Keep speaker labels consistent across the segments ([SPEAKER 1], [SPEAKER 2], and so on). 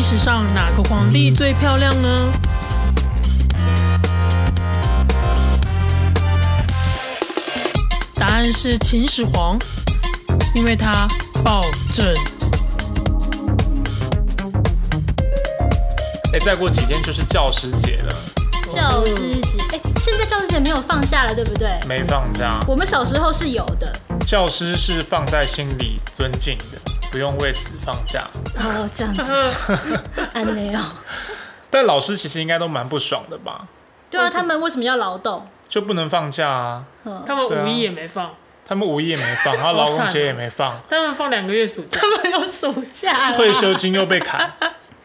[SPEAKER 1] 史上哪个皇帝最漂亮呢？答案是秦始皇，因为他暴政。
[SPEAKER 2] 哎，再过几天就是教师节了，
[SPEAKER 3] 教师节，哎、现在教师节没有放假了，对不对？
[SPEAKER 2] 没放假。
[SPEAKER 3] 我们小时候是有的。
[SPEAKER 2] 教师是放在心里尊敬的，不用为此放假。
[SPEAKER 3] 哦，这 样子，安内哦。
[SPEAKER 2] 但老师其实应该都蛮不爽的吧？
[SPEAKER 3] 对啊，他们为什么要劳动？
[SPEAKER 2] 就不能放假啊，
[SPEAKER 3] 嗯，
[SPEAKER 4] 他们五一也没放，
[SPEAKER 2] 他们五一也没放，然后劳
[SPEAKER 4] 哦
[SPEAKER 2] 动节也没放，
[SPEAKER 4] 他们放两个月暑假。
[SPEAKER 3] 他们有暑假啦
[SPEAKER 2] 退休金又被 砍。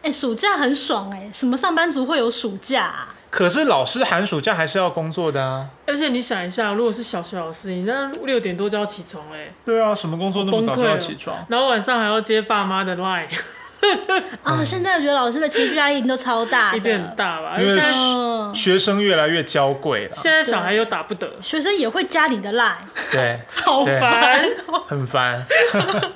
[SPEAKER 3] 哎、暑假很爽哎、什么上班族会有暑假、啊？
[SPEAKER 2] 可是老师寒暑假还是要工作的啊。
[SPEAKER 4] 而且你想一下，如果是小学老师，你那六点多就要起床哎、
[SPEAKER 2] 对啊，什么工作那么早
[SPEAKER 4] 崩
[SPEAKER 2] 就
[SPEAKER 4] 溃
[SPEAKER 2] 要
[SPEAKER 4] 了
[SPEAKER 2] 起床？
[SPEAKER 4] 然后晚上还要接爸妈的 line，
[SPEAKER 3] 啊、现在我觉得老师的情绪压力都超大
[SPEAKER 4] 嗯
[SPEAKER 3] 的，
[SPEAKER 4] 一定很大吧？而
[SPEAKER 2] 因
[SPEAKER 4] 且
[SPEAKER 2] 为
[SPEAKER 4] 现在
[SPEAKER 3] 嗯，
[SPEAKER 2] 学生越来越娇贵了，
[SPEAKER 4] 现在小孩又打不得，
[SPEAKER 3] 学生也会加你的 line，
[SPEAKER 2] 对，
[SPEAKER 4] 好烦。
[SPEAKER 2] 很烦。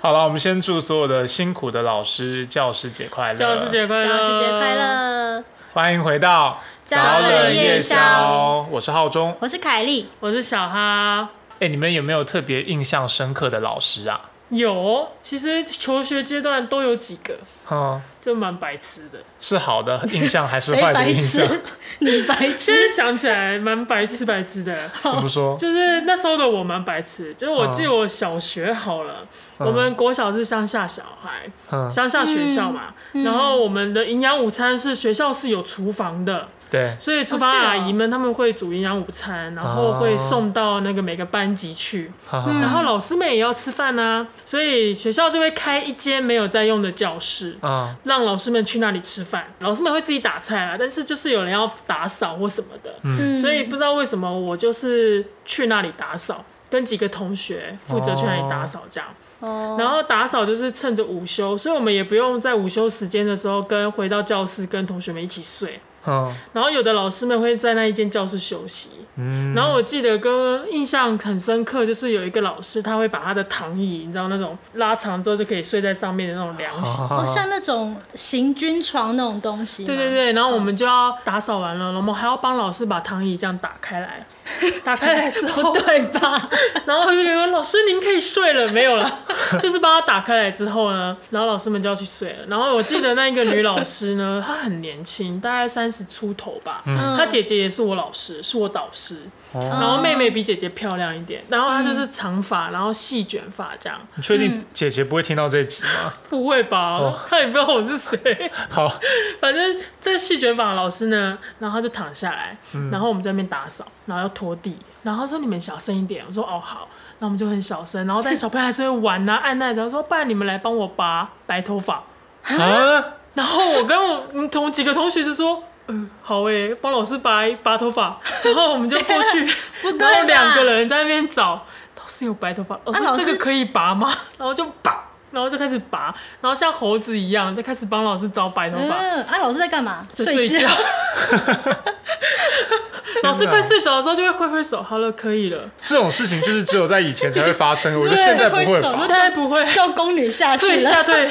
[SPEAKER 2] 好了，我们先祝所有的辛苦的老师教师节快乐，
[SPEAKER 4] 教师节快乐！
[SPEAKER 3] 教师节快！乐！
[SPEAKER 2] 欢迎回到
[SPEAKER 3] 早冷夜宵，
[SPEAKER 2] 我是浩中。
[SPEAKER 3] 我是凯莉，
[SPEAKER 4] 我是小哈。
[SPEAKER 2] 哎、你们有没有特别印象深刻的老师啊？
[SPEAKER 4] 有，其实求学阶段都有几个，
[SPEAKER 2] 嗯，
[SPEAKER 4] 就蛮白痴的。
[SPEAKER 2] 是好的印象还是
[SPEAKER 3] 谁
[SPEAKER 2] 坏的
[SPEAKER 3] 白
[SPEAKER 2] 印象？
[SPEAKER 3] 痴？ 你白
[SPEAKER 4] 现在
[SPEAKER 3] 痴？
[SPEAKER 4] 想起来蛮白痴白痴的，
[SPEAKER 2] 怎么说？
[SPEAKER 4] 就是那时候的我蛮白痴。就是我记得我小学好了，
[SPEAKER 2] 嗯
[SPEAKER 4] 我们国小是乡下小孩，
[SPEAKER 2] 嗯，
[SPEAKER 4] 乡下学校嘛，然后我们的营养午餐是学校是有厨房的，
[SPEAKER 2] 对，
[SPEAKER 4] 所以厨房
[SPEAKER 3] 哦是哦
[SPEAKER 4] 阿姨们他们会煮营养午餐，然后会送到那个每个班级去，
[SPEAKER 2] 哈
[SPEAKER 3] 嗯
[SPEAKER 2] 哈
[SPEAKER 4] 然后老师们也要吃饭啊，所以学校就会开一间没有在用的教室。
[SPEAKER 2] 嗯
[SPEAKER 4] 让老师们去那里吃饭，老师们会自己打菜啊啦，但是就是有人要打扫或什么的，
[SPEAKER 3] 嗯
[SPEAKER 4] 所以不知道为什么我就是去那里打扫，跟几个同学负责去那里打扫这样。
[SPEAKER 3] 哦
[SPEAKER 4] 然后打扫就是趁着午休，所以我们也不用在午休时间的时候跟回到教室跟同学们一起睡。
[SPEAKER 2] 嗯
[SPEAKER 4] 然后有的老师们会在那一间教室休息。
[SPEAKER 2] 嗯，
[SPEAKER 4] 然后我记得跟印象很深刻，就是有一个老师他会把他的躺椅，你知道那种拉长之后就可以睡在上面的那种凉席。
[SPEAKER 3] 哦，
[SPEAKER 2] 哦
[SPEAKER 3] 像那种行军床那种东西吗，
[SPEAKER 4] 对对对，然后我们就要打扫完了，然后我们还要帮老师把躺椅这样打开来， 打开来之后，
[SPEAKER 3] 对吧？
[SPEAKER 4] 然后我就说：“老师，您可以睡了，没有了。” 就是帮他打开来之后呢，然后老师们就要去睡了。然后我记得那一个女老师呢，她很年轻，大概三十出头吧。
[SPEAKER 3] 嗯
[SPEAKER 4] 她姐姐也是我老师，是我导师。
[SPEAKER 2] 哦
[SPEAKER 4] 然后妹妹比姐姐漂亮一点，然后她就是长发，然后细卷发这样。
[SPEAKER 2] 你确定姐姐不会听到这集吗？
[SPEAKER 4] 不会
[SPEAKER 2] 哦
[SPEAKER 4] 吧？她也不知道我是谁。
[SPEAKER 2] 好，
[SPEAKER 4] 反正这细卷发的老师呢，然后他就躺下来，然后我们在那边打扫，然后要拖地，然后他说你们小声一点，我说哦好，然后我们就很小声，然后但小朋友还是会玩呐、按耐着，他说不然你们来帮我拔白头发，
[SPEAKER 2] 啊，
[SPEAKER 4] 然后我跟我我们同几个同学就说。嗯，好诶、帮老师拔拔头发，然后我们就过去，
[SPEAKER 3] 不对吧
[SPEAKER 4] 然后两个人在那边找老师有白头发，老师,、
[SPEAKER 3] 老
[SPEAKER 4] 这
[SPEAKER 3] 师
[SPEAKER 4] 个可以拔吗？ 然后就拔，然后就开始拔，然后像猴子一样就开始帮老师找白头发，
[SPEAKER 3] 嗯，啊，老师在干嘛？
[SPEAKER 4] 就睡
[SPEAKER 3] 觉
[SPEAKER 4] 觉。 老师快睡着的时候就会挥挥手，好了，可以了。
[SPEAKER 2] 这种事情就是只有在以前才会发 生，我觉得现在不啊会吧
[SPEAKER 3] 挥手
[SPEAKER 4] 现在不会，
[SPEAKER 3] 叫宫女下
[SPEAKER 4] 退
[SPEAKER 3] 去
[SPEAKER 4] 一
[SPEAKER 3] 了。
[SPEAKER 4] 下对。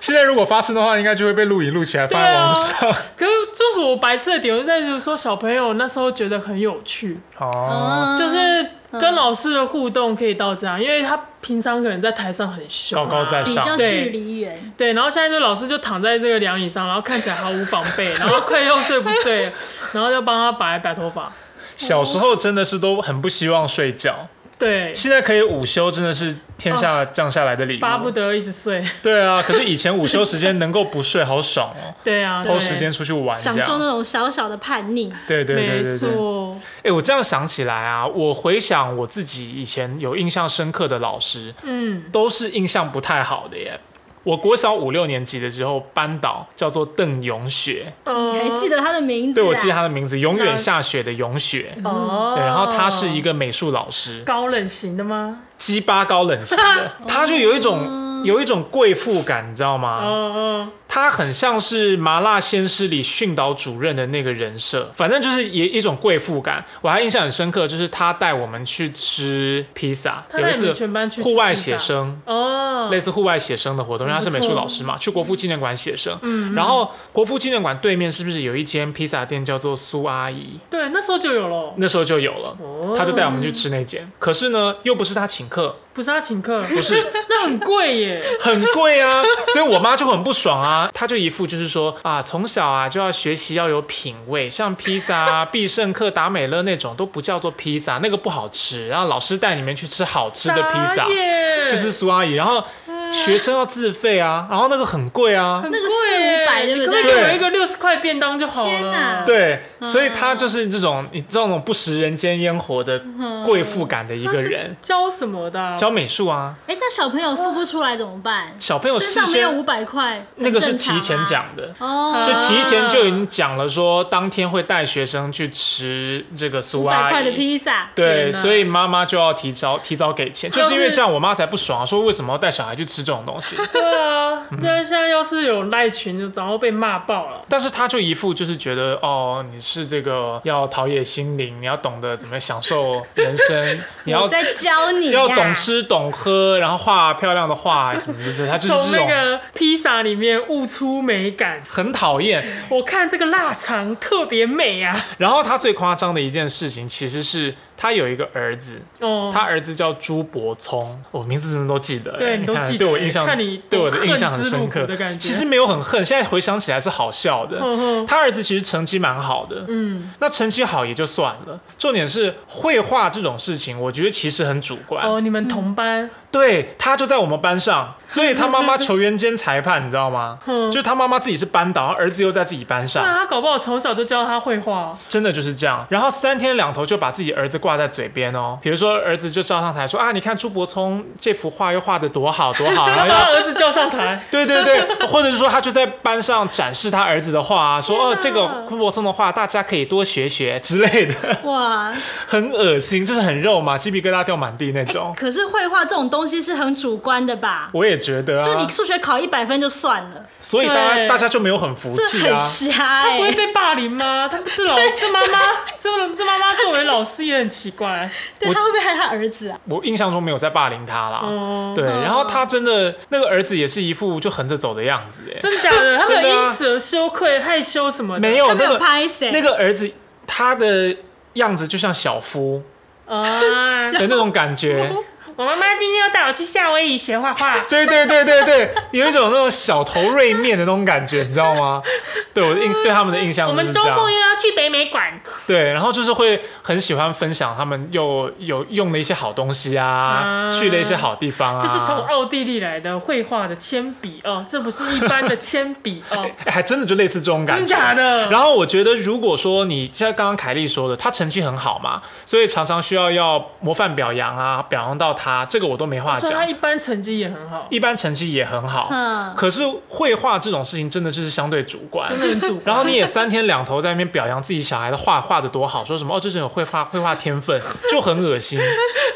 [SPEAKER 2] 现在如果发生的话，应该就会被录影录起来放在网络上。
[SPEAKER 4] 可是就是我白痴的点，就在于说小朋友那时候觉得很有趣，
[SPEAKER 2] 哦，
[SPEAKER 3] 嗯
[SPEAKER 4] 就是跟老师的互动可以到这样，因为他平常可能在台上很凶啊、
[SPEAKER 2] 高高在
[SPEAKER 3] 比
[SPEAKER 2] 上
[SPEAKER 3] 较，
[SPEAKER 4] 对
[SPEAKER 3] 距离远，
[SPEAKER 4] 对，然后现在就老师就躺在这个凉椅上，然后看起来毫无防 备，然后快要睡不睡了，然后就帮他摆摆头发。
[SPEAKER 2] 小时候真的是都很不希望睡觉，
[SPEAKER 4] 对，
[SPEAKER 2] 现在可以午休，真的是天下降下来的礼物。
[SPEAKER 4] 巴不得一直睡。
[SPEAKER 2] 对啊，可是以前午休时间能够不睡，好爽哦，
[SPEAKER 4] 对啊，
[SPEAKER 2] 偷
[SPEAKER 4] 对
[SPEAKER 2] 时间出去玩这
[SPEAKER 3] 享受
[SPEAKER 2] 样。
[SPEAKER 3] 那种小小的叛逆。
[SPEAKER 2] 对对对
[SPEAKER 4] 没
[SPEAKER 2] 对对。
[SPEAKER 4] 错，
[SPEAKER 2] 哎，我这样想起来啊，我回想我自己以前有印象深刻的老师，
[SPEAKER 4] 嗯，
[SPEAKER 2] 都是印象不太好的耶。我国小五六年级的时候，班导叫做邓永雪，
[SPEAKER 4] 你
[SPEAKER 3] 你还记得他的名字、
[SPEAKER 2] 嗯
[SPEAKER 3] 啊？
[SPEAKER 2] 对我记得他的名字，永远下雪的永雪。
[SPEAKER 4] 哦？
[SPEAKER 2] 对，然后他是一个美术老师，
[SPEAKER 4] 高冷型的吗？
[SPEAKER 2] 鸡 啊巴高冷型的，他就有一种有一种贵妇感，你知道吗？
[SPEAKER 4] 哦
[SPEAKER 2] 他很像是《麻辣鲜师》里训导主任的那个人设，反正就是也一种贵妇感。我还印象很深刻，就是他带我们去吃披萨，
[SPEAKER 4] 他
[SPEAKER 2] 有
[SPEAKER 4] 带
[SPEAKER 2] 一
[SPEAKER 4] 你们
[SPEAKER 2] 次
[SPEAKER 4] 全班去
[SPEAKER 2] 户
[SPEAKER 4] 吃
[SPEAKER 2] 外
[SPEAKER 4] 披萨嗯
[SPEAKER 2] 写生，
[SPEAKER 4] 哦，
[SPEAKER 2] 类似户外写生的活动，因为他是美术老师嘛，去国父纪念馆写生。嗯，然后国父纪念馆对面是不是有一间披萨店叫做苏阿姨？
[SPEAKER 4] 对，那时候就有了，
[SPEAKER 2] 那时候就有了
[SPEAKER 4] 哦，
[SPEAKER 2] 他就带我们去吃那间。可是呢，又不是他请客，
[SPEAKER 4] 不是他请客，
[SPEAKER 2] 不是
[SPEAKER 4] 那很贵耶。
[SPEAKER 2] 很贵啊， 所以我妈就很不爽啊，她就一副就是说啊，从小啊就要学习要有品味，像披萨、啊、 必胜客、达美乐那种都不叫做披萨，那个不好吃，然后老师带你们去吃好吃的披萨
[SPEAKER 4] 傻，眼
[SPEAKER 2] 就是苏阿姨，然后学生要自费啊，然后那个很贵啊，
[SPEAKER 4] 很
[SPEAKER 3] 那个
[SPEAKER 4] 贵耶
[SPEAKER 3] 400对不对
[SPEAKER 4] 你可不可以
[SPEAKER 2] 对
[SPEAKER 4] 有一个六十块便当就好了。
[SPEAKER 3] 天哪
[SPEAKER 2] 对，所以她就是这种你这种不食人间烟火的
[SPEAKER 3] 嗯
[SPEAKER 2] 贵妇感的一
[SPEAKER 4] 他
[SPEAKER 2] 个
[SPEAKER 4] 是
[SPEAKER 2] 人，
[SPEAKER 4] 教什么的啊？
[SPEAKER 2] 教美术啊，
[SPEAKER 3] 哎，但小朋友付不出来怎么办？
[SPEAKER 2] 小朋友
[SPEAKER 3] 身上
[SPEAKER 2] 事
[SPEAKER 3] 没有
[SPEAKER 2] 先
[SPEAKER 3] 五百块，
[SPEAKER 2] 那个是
[SPEAKER 3] 很正常
[SPEAKER 2] 提
[SPEAKER 3] 啊
[SPEAKER 2] 前讲的。
[SPEAKER 3] 哦，
[SPEAKER 2] 就提前就已经讲了说，当天会带学生去吃这个苏
[SPEAKER 3] 五
[SPEAKER 2] 阿
[SPEAKER 3] 百块的
[SPEAKER 2] 姨。
[SPEAKER 3] 披萨，
[SPEAKER 2] 对，
[SPEAKER 4] 天哪
[SPEAKER 2] 所以妈妈就要提早提早给钱，就是因为这样，我妈才不爽、啊，说为什么要带小孩去吃这种东西？
[SPEAKER 4] 对啊，
[SPEAKER 2] 嗯
[SPEAKER 4] 对啊，现在要是有赖群，就早就被骂爆了。
[SPEAKER 2] 但是她就一副就是觉得，哦，你是这个要陶冶心灵，你要懂得怎么享受人生，你要
[SPEAKER 3] 我在教你呀
[SPEAKER 2] 要懂吃懂喝，然后画漂亮的画什么的，她就是
[SPEAKER 4] 从
[SPEAKER 2] 这
[SPEAKER 4] 那
[SPEAKER 2] 种
[SPEAKER 3] Oh
[SPEAKER 4] 个披萨里面悟出美感，
[SPEAKER 2] 很讨厌。
[SPEAKER 4] 我看这个腊肠特别美啊。
[SPEAKER 2] 然后她最夸张的一件事情，其实是她有一个儿子，
[SPEAKER 4] 哦，
[SPEAKER 2] 他儿子叫朱伯聪，我名字真的都记得欸，
[SPEAKER 4] 对
[SPEAKER 2] 你
[SPEAKER 4] 你都
[SPEAKER 2] 看
[SPEAKER 4] 记得
[SPEAKER 2] 对我印象，
[SPEAKER 4] 看你
[SPEAKER 2] 对
[SPEAKER 4] 多
[SPEAKER 2] 我的印象很
[SPEAKER 4] 恨之
[SPEAKER 2] 深
[SPEAKER 4] 入骨
[SPEAKER 2] 刻
[SPEAKER 4] 的感觉
[SPEAKER 2] 其实没有很恨，现在回想起来是好笑的。
[SPEAKER 4] 嗯哼
[SPEAKER 2] 他儿子其实成绩蛮好的，
[SPEAKER 4] 嗯，
[SPEAKER 2] 那成绩好也就算了，重点是绘画这种事情，我觉得其实很主观。
[SPEAKER 4] 哦，你们同
[SPEAKER 2] 嗯
[SPEAKER 4] 班，
[SPEAKER 2] 对，他就在我们 班上，所以他妈妈球员兼裁判，你知道吗？
[SPEAKER 4] 嗯
[SPEAKER 2] 就是他妈妈自己是班导，儿子又在自己班
[SPEAKER 4] 那、
[SPEAKER 2] 上，
[SPEAKER 4] 他搞不好从小就教他绘画哦。
[SPEAKER 2] 真的就是这样。然后三天两头就把自己儿子挂在嘴边哦，比如说儿子就照上台说啊，你看朱伯聪这幅画又画的多好多好，然后要，
[SPEAKER 4] 把儿子叫上台
[SPEAKER 2] 对对对，或者是说他就在班上展示他儿子的画、啊，说哦，这
[SPEAKER 4] 天哪
[SPEAKER 2] 个郭伯松的画大家可以多学学之类的，
[SPEAKER 3] 哇！
[SPEAKER 2] 很恶心，就是很肉麻，鸡皮疙瘩掉满地那种。
[SPEAKER 3] 可是绘画这种东西是很主观的吧？
[SPEAKER 2] 我也觉得
[SPEAKER 3] 就
[SPEAKER 2] 啊
[SPEAKER 3] 你，数学考一百分就算了，
[SPEAKER 2] 所以大家
[SPEAKER 4] 对
[SPEAKER 2] 大家就没有很服
[SPEAKER 3] 这
[SPEAKER 2] 气
[SPEAKER 3] 很
[SPEAKER 2] 啊。
[SPEAKER 3] 瞎
[SPEAKER 4] 他不
[SPEAKER 3] 哎、
[SPEAKER 4] 会被霸凌吗？他不是 老这妈妈，这这妈妈作为老师也很奇 怪。
[SPEAKER 3] 对
[SPEAKER 2] 我
[SPEAKER 3] 他会不会害他儿子啊？
[SPEAKER 2] 我印象中没有在霸凌他啦，
[SPEAKER 4] 哦
[SPEAKER 2] 对，然后他真的那个儿子也是一副就横着走的样子，哎，
[SPEAKER 4] 真的假的？他没
[SPEAKER 2] 真的
[SPEAKER 4] 有
[SPEAKER 2] 啊
[SPEAKER 4] 因此而羞愧、害羞什么的？
[SPEAKER 2] 没有
[SPEAKER 3] 他没
[SPEAKER 2] 那
[SPEAKER 3] 有
[SPEAKER 2] 个
[SPEAKER 3] 拍谁、啊
[SPEAKER 2] 那个儿子他的样子就像小 夫
[SPEAKER 4] 啊！
[SPEAKER 2] 的那种感 觉，。
[SPEAKER 4] 我妈妈今天要带我去夏威夷学画画
[SPEAKER 2] 对对对对对， 有一种那种小头锐面的那种感觉，你知道吗？对我的印对他们的印象
[SPEAKER 4] 我
[SPEAKER 2] 就
[SPEAKER 4] 们
[SPEAKER 2] 是这
[SPEAKER 4] 周末
[SPEAKER 2] 样。啊
[SPEAKER 4] 又要去北美馆，
[SPEAKER 2] 对，然后就是会很喜欢分享他们又有用的一些好东西啊，
[SPEAKER 4] 啊
[SPEAKER 2] 去了一些好地方啊。
[SPEAKER 4] 就是从奥地利来的绘画的铅笔哦，这不是一般的铅笔 哦，
[SPEAKER 2] 哎还真的就类似这种感
[SPEAKER 4] 真
[SPEAKER 2] 觉。
[SPEAKER 4] 假的？
[SPEAKER 2] 然后我觉得，如果说你像刚刚凯莉说的，她成绩很好嘛，所以常常需要要模范表扬啊，表扬到她，这个我都没话
[SPEAKER 4] 哦所以他
[SPEAKER 2] 讲。
[SPEAKER 4] 一般成绩也很 好，
[SPEAKER 2] 一般成绩也很好，
[SPEAKER 3] 嗯
[SPEAKER 2] 可是绘画这种事情真的就是相对主观，
[SPEAKER 4] 真的很主观。
[SPEAKER 2] 然后你也三天两头在那边表扬自己小孩的画画的多好，说什么哦，这是有绘画绘画天分，就很恶心，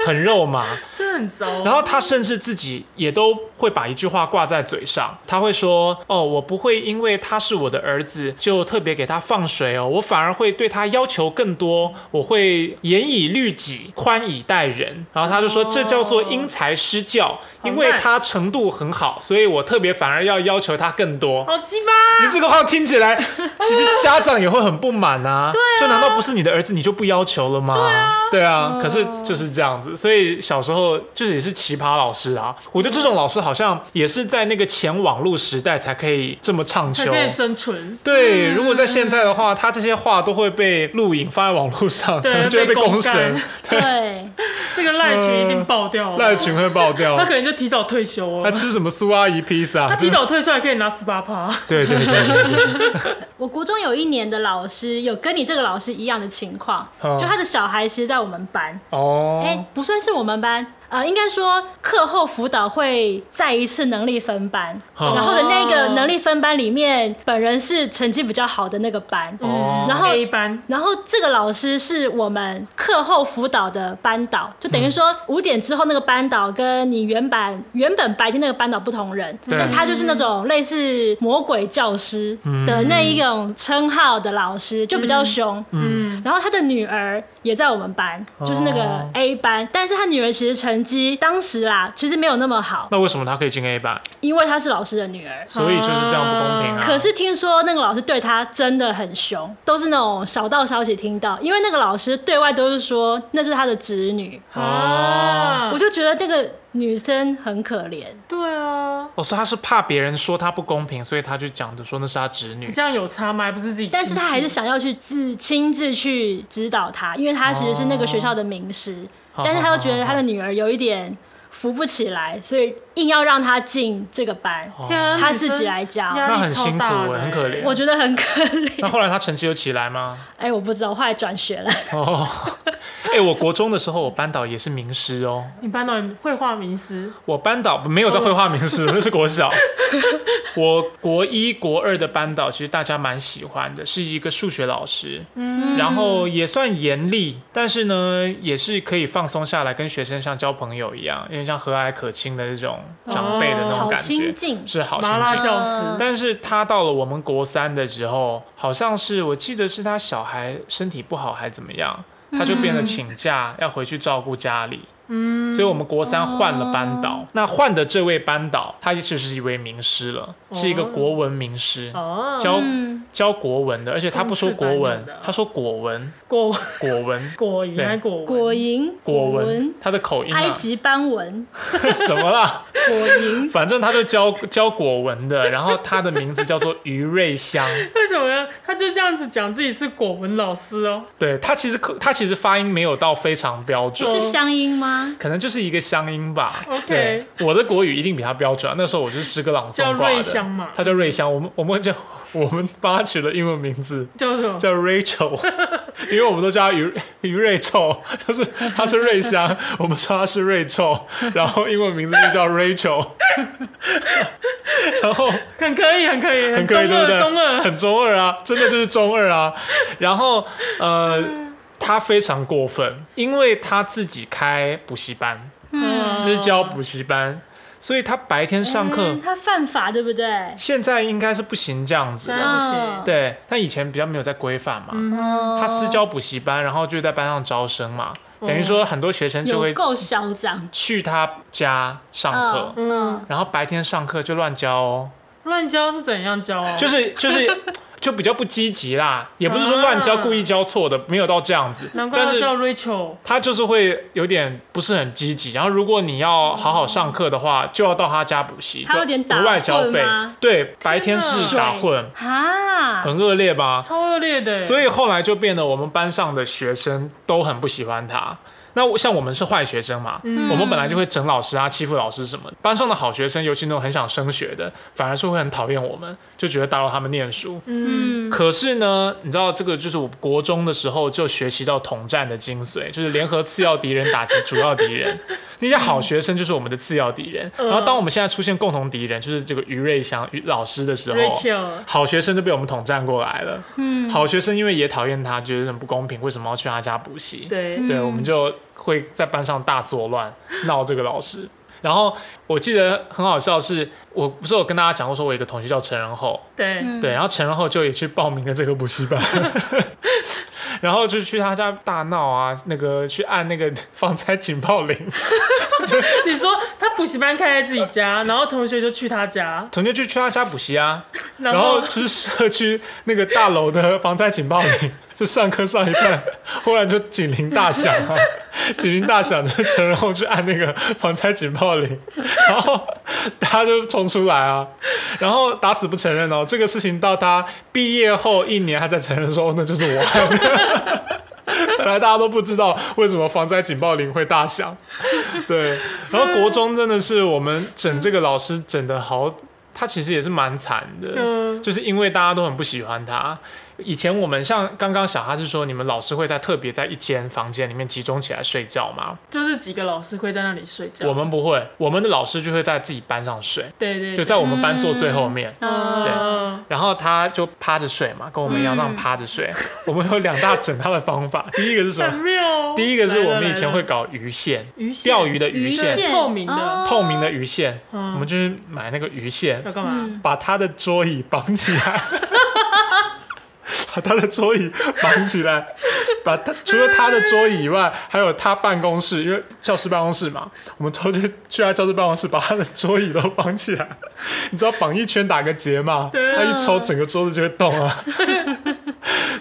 [SPEAKER 2] 很肉麻。
[SPEAKER 4] 真的很糟。
[SPEAKER 2] 然后哦他甚至自己也都会把一句话挂在嘴上，他会说：“哦，我不会因为他是我的儿子就特别给他放水哦，我反而会对他要求更多，我会严以律己，宽以待人。”然后他就说：“这叫做因材施教，因为他程度很好，所以我特别反而要要求他更多。”
[SPEAKER 4] 好鸡巴， 啊
[SPEAKER 2] 你这个话听起来，其实家长也会很不满啊。就难道不是你的儿子，你就不要求了吗？对啊，可是就是这样子，所以小时候就是也是奇葩老师啊。我觉得这种老师好像也是在那个前网络时代才可以这么畅
[SPEAKER 4] 才
[SPEAKER 2] 秋。
[SPEAKER 4] 可以生存。
[SPEAKER 2] 对，如果在现在的话，他这些话都会被录影放在网络上，可
[SPEAKER 4] 对
[SPEAKER 2] 能就会被
[SPEAKER 4] 被公
[SPEAKER 2] 公审
[SPEAKER 4] 干，
[SPEAKER 3] 对，
[SPEAKER 4] 这个赖群一定爆掉
[SPEAKER 2] 呃赖
[SPEAKER 4] 了，
[SPEAKER 2] 群会爆掉
[SPEAKER 4] 他。可能就提早退休
[SPEAKER 2] 他
[SPEAKER 4] 哦。
[SPEAKER 2] 吃什么苏阿姨披萨？
[SPEAKER 4] 他提早退休还可以拿十八趴，
[SPEAKER 2] 对对对对对，
[SPEAKER 3] 我国中有一年的老师有跟你这个老师一样的情况，
[SPEAKER 2] 嗯
[SPEAKER 3] 就他的小孩其实在我们班，
[SPEAKER 2] 哦，
[SPEAKER 3] 哎、不算是我们班，呃，应该说课后辅导会再一次能力分班，
[SPEAKER 2] 哦
[SPEAKER 3] 然后的那个能力分班里面，本人是成绩比较好的那个班，
[SPEAKER 2] 哦
[SPEAKER 3] 嗯然后
[SPEAKER 4] A 嗯班
[SPEAKER 3] 然后这个老师是我们课后辅导的班导，就等于说五点之后那个班导跟你原版原本白天那个班导不同人，
[SPEAKER 2] 对
[SPEAKER 3] 但他就是那种类似魔鬼教师的那一种称号的老师，就比较凶。
[SPEAKER 4] 嗯，
[SPEAKER 3] 然后他的女儿也在我们班，就是那个
[SPEAKER 2] 哦
[SPEAKER 3] A 班，但是他女儿其实成绩当时啦，其实没有那么好，
[SPEAKER 2] 那为什么他可以进 A 班？
[SPEAKER 3] 因为她是老师的女儿。
[SPEAKER 2] 所以就是这样不公平啊！
[SPEAKER 3] 可是听说那个老师对他真的很凶，都是那种小道消息听到，因为那个老师对外都是说那是他的侄女，
[SPEAKER 2] 哦
[SPEAKER 4] 啊
[SPEAKER 3] 我就觉得那个女生很可怜。
[SPEAKER 2] 嗯
[SPEAKER 4] 对啊，
[SPEAKER 2] 哦，所以他是怕别人说他不公平，所以他就讲的说那是他侄女
[SPEAKER 4] 你。这样有差吗？还不是自己，
[SPEAKER 3] 但是他还是想要去自亲自去指导他，因为他其实是那个学校的名师，
[SPEAKER 2] 哦
[SPEAKER 3] 但是他又觉得他的女儿有一点扶不起来，所以硬要让他进这个班，
[SPEAKER 2] 哦
[SPEAKER 4] 天啊
[SPEAKER 3] 他自己来教
[SPEAKER 4] 压力
[SPEAKER 2] 那很
[SPEAKER 4] 超
[SPEAKER 2] 辛苦
[SPEAKER 4] 大
[SPEAKER 2] 欸
[SPEAKER 4] 的
[SPEAKER 2] 很可怜
[SPEAKER 3] 我觉得很可怜。
[SPEAKER 2] 那后来他成绩有起来吗？
[SPEAKER 3] 哎、我不知道，我后来转学了。
[SPEAKER 2] 哦，哎、我国中的时候，我班导也是名师哦。
[SPEAKER 4] 你班导绘画名师，
[SPEAKER 2] 我班导没有在绘画名师， 那是国小。我国一、国二的班导，其实大家蛮喜欢的，是一个数学老师，嗯，然后也算严厉，但是呢，也是可以放松下来，跟学生像交朋友一样，有点像和蔼可亲的那种长辈的那
[SPEAKER 4] 哦
[SPEAKER 2] 种
[SPEAKER 3] 好
[SPEAKER 2] 感觉，
[SPEAKER 3] 亲近
[SPEAKER 2] 是好亲
[SPEAKER 4] 麻辣
[SPEAKER 2] 近。
[SPEAKER 4] 教
[SPEAKER 3] 嗯
[SPEAKER 4] 师，
[SPEAKER 2] 但是他到了我们国三的时候，好像是我记得是他小孩身体不好还怎么样，他就变得请假、要回去照顾家里。
[SPEAKER 4] 嗯，哦
[SPEAKER 2] 所以我们国三换了班导，那换的这位班导，他就是一位名师了，是一个国文名师，
[SPEAKER 4] 哦，
[SPEAKER 2] 教
[SPEAKER 3] 嗯，
[SPEAKER 2] 教国文的，而且他不说国
[SPEAKER 4] 松
[SPEAKER 2] 文
[SPEAKER 4] 弛班的，
[SPEAKER 2] 他说果文，
[SPEAKER 4] 果，
[SPEAKER 2] 果文
[SPEAKER 4] 果蝇
[SPEAKER 2] 对
[SPEAKER 4] 还果
[SPEAKER 3] 嗯果
[SPEAKER 4] 蝇，
[SPEAKER 3] 蝇，
[SPEAKER 2] 果文，他的口音
[SPEAKER 3] 埃
[SPEAKER 2] 啊，
[SPEAKER 3] 及斑纹，
[SPEAKER 2] 什么啦？
[SPEAKER 3] 果 蝇，
[SPEAKER 2] 反正他就教教果文的，然后他的名字叫做于瑞香，
[SPEAKER 4] 为什么呢？他就这样子讲自己是果文老师哦，
[SPEAKER 2] 对他其实口他其实发音没有到非常标
[SPEAKER 3] 诶
[SPEAKER 2] 准。
[SPEAKER 3] 是乡音吗？
[SPEAKER 2] 可能就是一个乡音吧。
[SPEAKER 4] OK
[SPEAKER 2] 对，我的国语一定比他标准啊。那时候我就是诗歌朗
[SPEAKER 4] 叫
[SPEAKER 2] 诵挂的。
[SPEAKER 4] 瑞香嘛，
[SPEAKER 2] 他叫瑞香，我们我们叫我们帮他取的英文名字
[SPEAKER 4] 叫什么？
[SPEAKER 2] 叫 Rachel，因 为我们都叫他于于瑞臭，就是他是瑞香， 我们说他是瑞臭，然后英文名字就叫 Rachel，然后
[SPEAKER 4] 很可以，很可以，
[SPEAKER 2] 很
[SPEAKER 4] 很
[SPEAKER 2] 可
[SPEAKER 4] 中
[SPEAKER 2] 以，对不对？
[SPEAKER 4] 二，中二，
[SPEAKER 2] 很中二啊，真的就是中二啊。然后呃，他非常过分，因为他自己开补习班，
[SPEAKER 4] 嗯
[SPEAKER 2] 私教补习班，所以他白天上课。
[SPEAKER 3] 嗯他犯法对不对？
[SPEAKER 2] 现在应该是不行这样子
[SPEAKER 4] 现
[SPEAKER 2] 的
[SPEAKER 4] 在，不行
[SPEAKER 3] 嗯，
[SPEAKER 2] 对，但以前比较没有在规范嘛。他私教补习班，然后就在班上招生嘛，等于说很多学生就
[SPEAKER 3] 有
[SPEAKER 2] 会
[SPEAKER 3] 够嚣张，
[SPEAKER 2] 去他家上课，
[SPEAKER 3] 嗯
[SPEAKER 4] 嗯，
[SPEAKER 2] 然后白天上课就乱教哦，
[SPEAKER 4] 乱教是怎样教哦？
[SPEAKER 2] 就是是就是 就比较不积极啦，也不是说乱教
[SPEAKER 4] 啊
[SPEAKER 2] 故意教错的，没有到这样子，
[SPEAKER 4] 难怪
[SPEAKER 2] 但
[SPEAKER 4] 要
[SPEAKER 2] 是
[SPEAKER 4] 叫 Rachel，
[SPEAKER 2] 他就是会有点不是很积极，然后如果你要好好上课的话，就要到他家补习，
[SPEAKER 3] 他有
[SPEAKER 2] 就
[SPEAKER 3] 点打
[SPEAKER 2] 额外交
[SPEAKER 3] 混
[SPEAKER 2] 费
[SPEAKER 3] 吗，
[SPEAKER 2] 对，白天是
[SPEAKER 3] 天
[SPEAKER 2] 打
[SPEAKER 3] 哪
[SPEAKER 2] 混，
[SPEAKER 3] 哈，
[SPEAKER 2] 很恶劣吧？
[SPEAKER 4] 超恶劣的，欸
[SPEAKER 2] 所
[SPEAKER 4] 以
[SPEAKER 2] 以后来就变得我们班上的学生都很不喜欢他。那我像我们是坏学生嘛，
[SPEAKER 3] 嗯
[SPEAKER 2] 我们本来就会整老师啊、欺负老师什么的。班上的好学生，尤其那种很想升学的，反而是会很讨厌我们，就觉得打扰他们念书。
[SPEAKER 4] 嗯，
[SPEAKER 3] 嗯，
[SPEAKER 2] 可是呢，你知道这个就是我国中的时候就学习到统战的精髓，就是联合次要敌人打击主要敌人。那些好学生就是我们的次要敌人。然后当我们现在出现共同敌人，就是这个于瑞祥于老师的时候
[SPEAKER 4] Rachel
[SPEAKER 2] 好学生就被我们统战过来了。嗯，好学生因为也讨厌他，觉得很不公平，为什么要去他家补习？
[SPEAKER 4] 对，
[SPEAKER 2] 对，我们就会在班上大作乱，闹这个老师。然后我记得很好笑是，我不是有跟大家讲过，说我有一个同学叫陈仁厚，
[SPEAKER 4] 对，
[SPEAKER 3] 嗯
[SPEAKER 2] 对，然后陈仁厚就也去报名了这个补习班，然后就去他家大闹啊，那个去按那个 防灾警报铃，
[SPEAKER 4] 你说他补习班开在自己家，然后同学就去他家，
[SPEAKER 2] 同学就去他家补习啊，
[SPEAKER 4] 然
[SPEAKER 2] 然
[SPEAKER 4] 后
[SPEAKER 2] 后就是社区那个大楼的防灾警报铃，就上课上一半，忽然就警铃大响啊，警铃大响，就是陈仁厚去按那个防灾警报铃，然后大家就冲出来啊，然后打死不承认哦，这个事情到他毕业后一年，他才承认说哦那就是我 按的。本来大家都不知道为什么防灾警报铃会大响，对。然后国中真的是我们整这个老师整的好，他其实也是蛮惨的，
[SPEAKER 4] 嗯
[SPEAKER 2] 就是因为大家都很不喜欢他，以前我们像刚刚小哈是说，你们老师会在特别在一间房间里面集中起来睡觉吗？
[SPEAKER 4] 就是几个老师会在那里睡觉。
[SPEAKER 2] 我们不会，我们的老师就会在自己班上睡，
[SPEAKER 4] 对对，
[SPEAKER 2] 就
[SPEAKER 4] 对
[SPEAKER 2] 在我们班坐最后面。
[SPEAKER 3] 嗯
[SPEAKER 2] 对
[SPEAKER 4] 嗯
[SPEAKER 2] 然后他就趴着睡嘛，跟我们一样这样趴着睡。 我们有两大整他的方法， 第一个是什
[SPEAKER 4] 很
[SPEAKER 2] 么？
[SPEAKER 4] 妙哦。
[SPEAKER 2] 第一个是我们以前会
[SPEAKER 4] 来了
[SPEAKER 2] 搞鱼线，
[SPEAKER 4] 来了鱼线
[SPEAKER 2] 钓鱼的鱼
[SPEAKER 4] 线
[SPEAKER 2] 线，
[SPEAKER 4] 透明的
[SPEAKER 3] 哦
[SPEAKER 2] 透明的鱼线，
[SPEAKER 4] 嗯
[SPEAKER 2] 我们就是买那个鱼线，
[SPEAKER 4] 要干嘛？
[SPEAKER 3] 嗯
[SPEAKER 2] 把他的桌椅绑起来，把他的桌椅绑起来，把他除了他的桌椅以外，还有他办公室，因为教室办公室嘛，我们偷偷去他教室办公室，把他的桌椅都绑起来。你知道绑一圈打个结嘛？
[SPEAKER 4] 对
[SPEAKER 2] 他
[SPEAKER 4] 啊
[SPEAKER 2] 一抽，整个桌子就会动啊。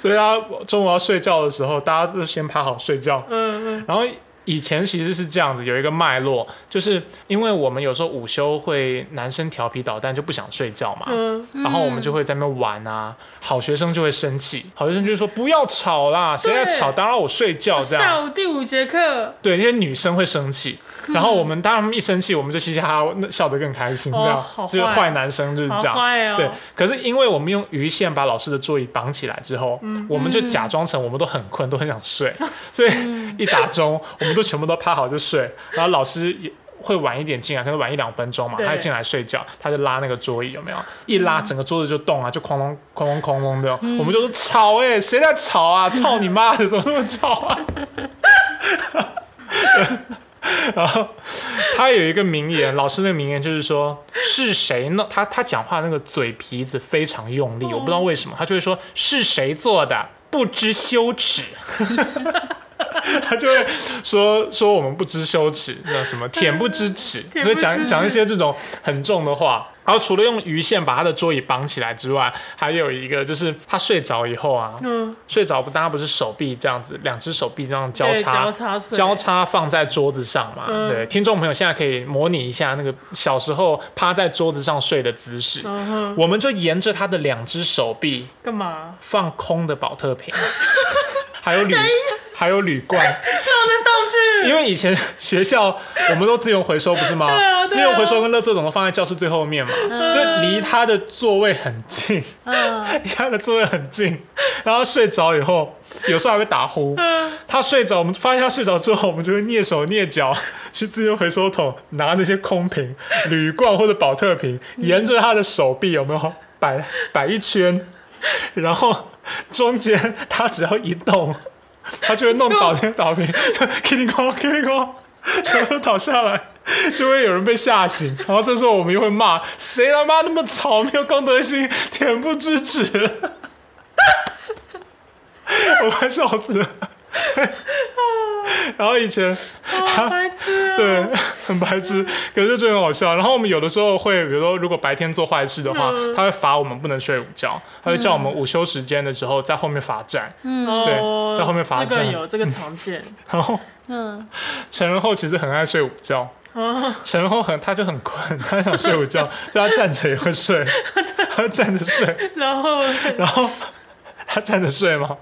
[SPEAKER 2] 所以他中午要睡觉的时候，大家都先趴好睡觉。
[SPEAKER 4] 嗯嗯
[SPEAKER 2] 然后以前其实是这样子，有一个脉络，就是因为我们有时候午休会男生调皮捣蛋就不想睡觉嘛，
[SPEAKER 4] 嗯，
[SPEAKER 2] 然后我们就会在那边玩啊。好学生就会生气，好学生就说不要吵啦，谁在吵打扰我睡觉这
[SPEAKER 4] 下
[SPEAKER 2] 样。
[SPEAKER 4] 午第五节课，
[SPEAKER 2] 对，那些女生会生气，
[SPEAKER 4] 嗯
[SPEAKER 2] 然后我们当他们一生气，我们就嘻嘻哈哈那笑得更开心，这样、
[SPEAKER 4] 哦好
[SPEAKER 2] 就是
[SPEAKER 4] 坏
[SPEAKER 2] 坏男生就是
[SPEAKER 4] 好
[SPEAKER 2] 这样。
[SPEAKER 4] 坏哦。
[SPEAKER 2] 对，可是因为我们用鱼线把老师的座椅绑起来之后，
[SPEAKER 4] 嗯
[SPEAKER 2] 我们就假装成我们都很困，都很想睡，所以一打钟，我们都全部都趴好就睡，然后老师也。会晚一点进来，可能晚一两分钟嘛，
[SPEAKER 4] 对
[SPEAKER 2] 他就进来睡觉，他就拉那个桌椅，有没有？一拉整个桌子就动啊，就哐隆哐隆哐隆的。我们就说吵哎、谁在吵啊？操你妈的，怎么那么吵啊？ 然后他有一个名言，老师那个名言就是说是谁呢？他他讲话那个嘴皮子非常用力，我不知道为什么，他就会说是谁做的，不知羞耻。他就会说说我们不知羞耻，那什么恬不知耻，
[SPEAKER 4] 不知耻
[SPEAKER 2] 会讲讲一些这种很重的话。然后除了用鱼线把他的桌椅绑起来之外，还有一个就是他睡着以后啊，
[SPEAKER 4] 嗯，
[SPEAKER 2] 睡着不，大家不是手臂这样子，两只手臂这样交
[SPEAKER 4] 对
[SPEAKER 2] 叉，
[SPEAKER 4] 交叉睡
[SPEAKER 2] 交叉放在桌子上嘛。
[SPEAKER 4] 嗯
[SPEAKER 2] 对，听众朋友现在可以模拟一下那个小时候趴在桌子上睡的姿势。
[SPEAKER 4] 嗯哼，
[SPEAKER 2] 我们就沿着他的两只手臂
[SPEAKER 4] 干嘛？
[SPEAKER 2] 放空的保 特瓶，还有铝，还有铝罐，
[SPEAKER 4] 放得上去。
[SPEAKER 2] 因为以前学校我们都资源回收不是吗？
[SPEAKER 4] 对啊对啊嗯
[SPEAKER 2] 资源回收跟垃圾桶都放在教室最后面嘛，所以离他的座位很近。
[SPEAKER 3] 嗯，
[SPEAKER 2] 他的座位很近，然后睡着以后，有时候还会打呼。
[SPEAKER 4] 嗯
[SPEAKER 2] 他睡着，我们发现他睡着之后，我们就会蹑手蹑脚去资源回收桶拿那些空瓶、铝罐或者保特瓶，
[SPEAKER 4] 嗯
[SPEAKER 2] 沿着他的手臂有没有摆摆一圈，然后中间他只要一动，他就会弄倒那个倒瓶，就 k i t 哐 k i t 哐，全部都倒下来。就会有人被吓醒，然后这时候我们又会骂：“谁他妈那么吵，没有公德心，恬不知耻！” 我快笑死了。 然后以前
[SPEAKER 4] 好白痴啊！
[SPEAKER 2] 对，很白痴，可是就很好笑。然后我们有的时候会，比如说如果白天做坏事的话，
[SPEAKER 4] 嗯
[SPEAKER 2] 他会罚我们不能睡午觉，他会叫我们午休时间的时候在后面罚站。
[SPEAKER 4] 哦
[SPEAKER 2] 对在后面罚
[SPEAKER 4] 这个
[SPEAKER 2] 站
[SPEAKER 4] 有这个常 见。
[SPEAKER 2] 然后
[SPEAKER 3] 嗯，
[SPEAKER 2] 成人后其实很爱睡午觉，
[SPEAKER 4] 啊，
[SPEAKER 2] 成人后很他就很困，他想睡午觉， 所以他站着也会睡，他站着睡，
[SPEAKER 4] 然后
[SPEAKER 2] 然后他站着睡嘛。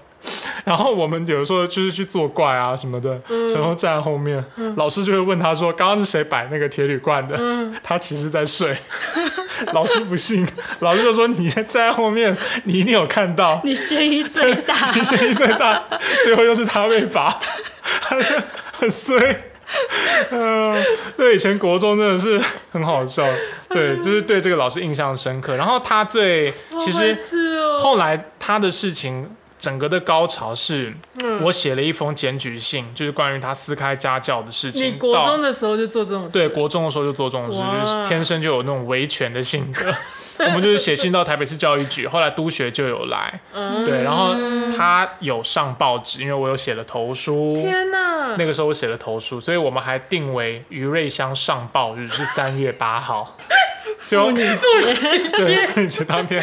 [SPEAKER 2] 然后我们有的时候就是去作怪啊什么的，成人后站在后面，老师就会问他说：“刚刚是谁摆那个铁铝罐的？”
[SPEAKER 4] 嗯，
[SPEAKER 2] 他其实在睡， 老师不信，老师就说你站在后面，你一定有看到，
[SPEAKER 3] 你嫌疑最大
[SPEAKER 2] 你嫌疑最大，最后又是他被罚， 他就很衰。嗯、对，以前国中真的是很好笑，对，就是对这个老师印象深刻。然后他最其
[SPEAKER 4] 好白
[SPEAKER 2] 实
[SPEAKER 4] 痴哦
[SPEAKER 2] 后来他的事情。整个的高潮是，
[SPEAKER 4] 嗯
[SPEAKER 2] 我写了一封检举信，就是关于他撕开家教的事情。
[SPEAKER 4] 你国
[SPEAKER 2] 到
[SPEAKER 4] 中的时候就做这种事，
[SPEAKER 2] 对，国中的时候就做这种事，
[SPEAKER 4] 哇
[SPEAKER 2] 就是天生就有那种维权的 性格。我们就是写信到台北市教育局，后来督学就有来，
[SPEAKER 4] 嗯，
[SPEAKER 2] 对，然后他有上报纸，因为我有写了投书。
[SPEAKER 4] 天哪，
[SPEAKER 2] 那个时候我写了投书，所以我们还定为于瑞香上报日是三月八 号，就对妇女节当天，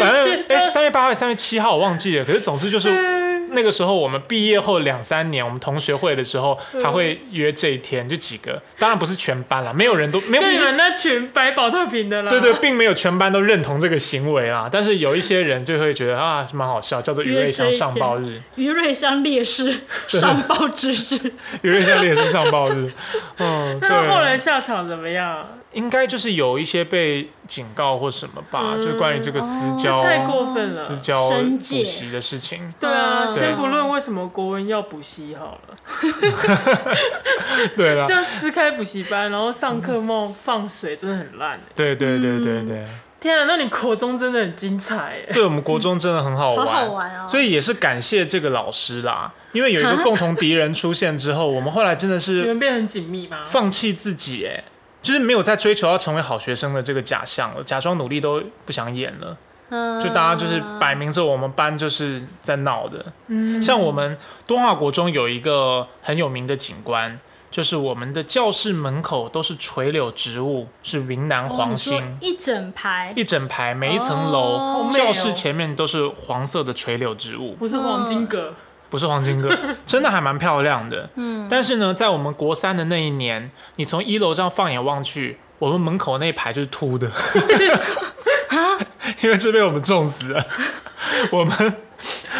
[SPEAKER 2] 反正哎三月八号、三月七号我忘记了，可是总之就是
[SPEAKER 4] 嗯
[SPEAKER 2] 那个时候我们毕业后两三年，我们同学会的时候还会约这一天，就几个，当然不是全班啦，没有人都没有
[SPEAKER 4] 就你们那群白保特瓶的啦，
[SPEAKER 2] 对对，并没有全班都认同这个行为啦，但是有一些人就会觉得啊，蛮好笑，叫做余瑞香上报日，
[SPEAKER 3] 于瑞香烈士上报之日，
[SPEAKER 2] 余瑞香烈士上报日，嗯，对。
[SPEAKER 4] 那后来下场怎么样？
[SPEAKER 2] 应该就是有一些被警告或什么吧，
[SPEAKER 4] 嗯哦
[SPEAKER 2] 就是关于这个私交、
[SPEAKER 4] 太过分了。
[SPEAKER 2] 私交
[SPEAKER 3] 申
[SPEAKER 2] 补
[SPEAKER 3] 诫
[SPEAKER 2] 习的事情。
[SPEAKER 4] 对啊，
[SPEAKER 3] 嗯
[SPEAKER 4] 先不论为什么国文要补习好
[SPEAKER 2] 啊
[SPEAKER 4] 了，
[SPEAKER 2] 对啦
[SPEAKER 4] 就，要撕开补习班，然后上课冒放水，真的很烂欸
[SPEAKER 2] 对对对对
[SPEAKER 3] 嗯
[SPEAKER 2] 对，
[SPEAKER 4] 天啊，那你国中真的很精彩哎。
[SPEAKER 2] 对我们国中真的很好
[SPEAKER 3] 好
[SPEAKER 2] 玩，
[SPEAKER 3] 好玩哦。
[SPEAKER 2] 所以也是感谢这个老师啦，因为有一个共同敌人出现之后，我们后来真的
[SPEAKER 4] 你
[SPEAKER 2] 是
[SPEAKER 4] 们变得很紧密吗？
[SPEAKER 2] 放弃自己、哎，就是没有再追求要成为好学生的这个假象了，假装努力都不想演了，
[SPEAKER 3] 嗯
[SPEAKER 2] 就大家就是摆明着我们班就是在闹的。
[SPEAKER 4] 嗯，
[SPEAKER 2] 像我们东华国中有一个很有名的景观，就是我们的教室门口都是垂柳植物，是云南
[SPEAKER 3] 哦
[SPEAKER 2] 黄
[SPEAKER 3] 你说
[SPEAKER 2] 心。
[SPEAKER 3] 一整排，
[SPEAKER 2] 一整排，每一层楼、
[SPEAKER 3] 哦好美
[SPEAKER 4] 哦
[SPEAKER 2] 教室前面都是黄色的垂柳植物，
[SPEAKER 4] 不是黄金葛，
[SPEAKER 2] 不是黄金 哥，真的还蛮漂亮的。
[SPEAKER 3] 嗯，
[SPEAKER 2] 但是呢，在我们国三的那一年，你从一楼上放眼望去，我们门口那一排就是秃 的，
[SPEAKER 3] 啊
[SPEAKER 2] 因为这被我们种死 了。我们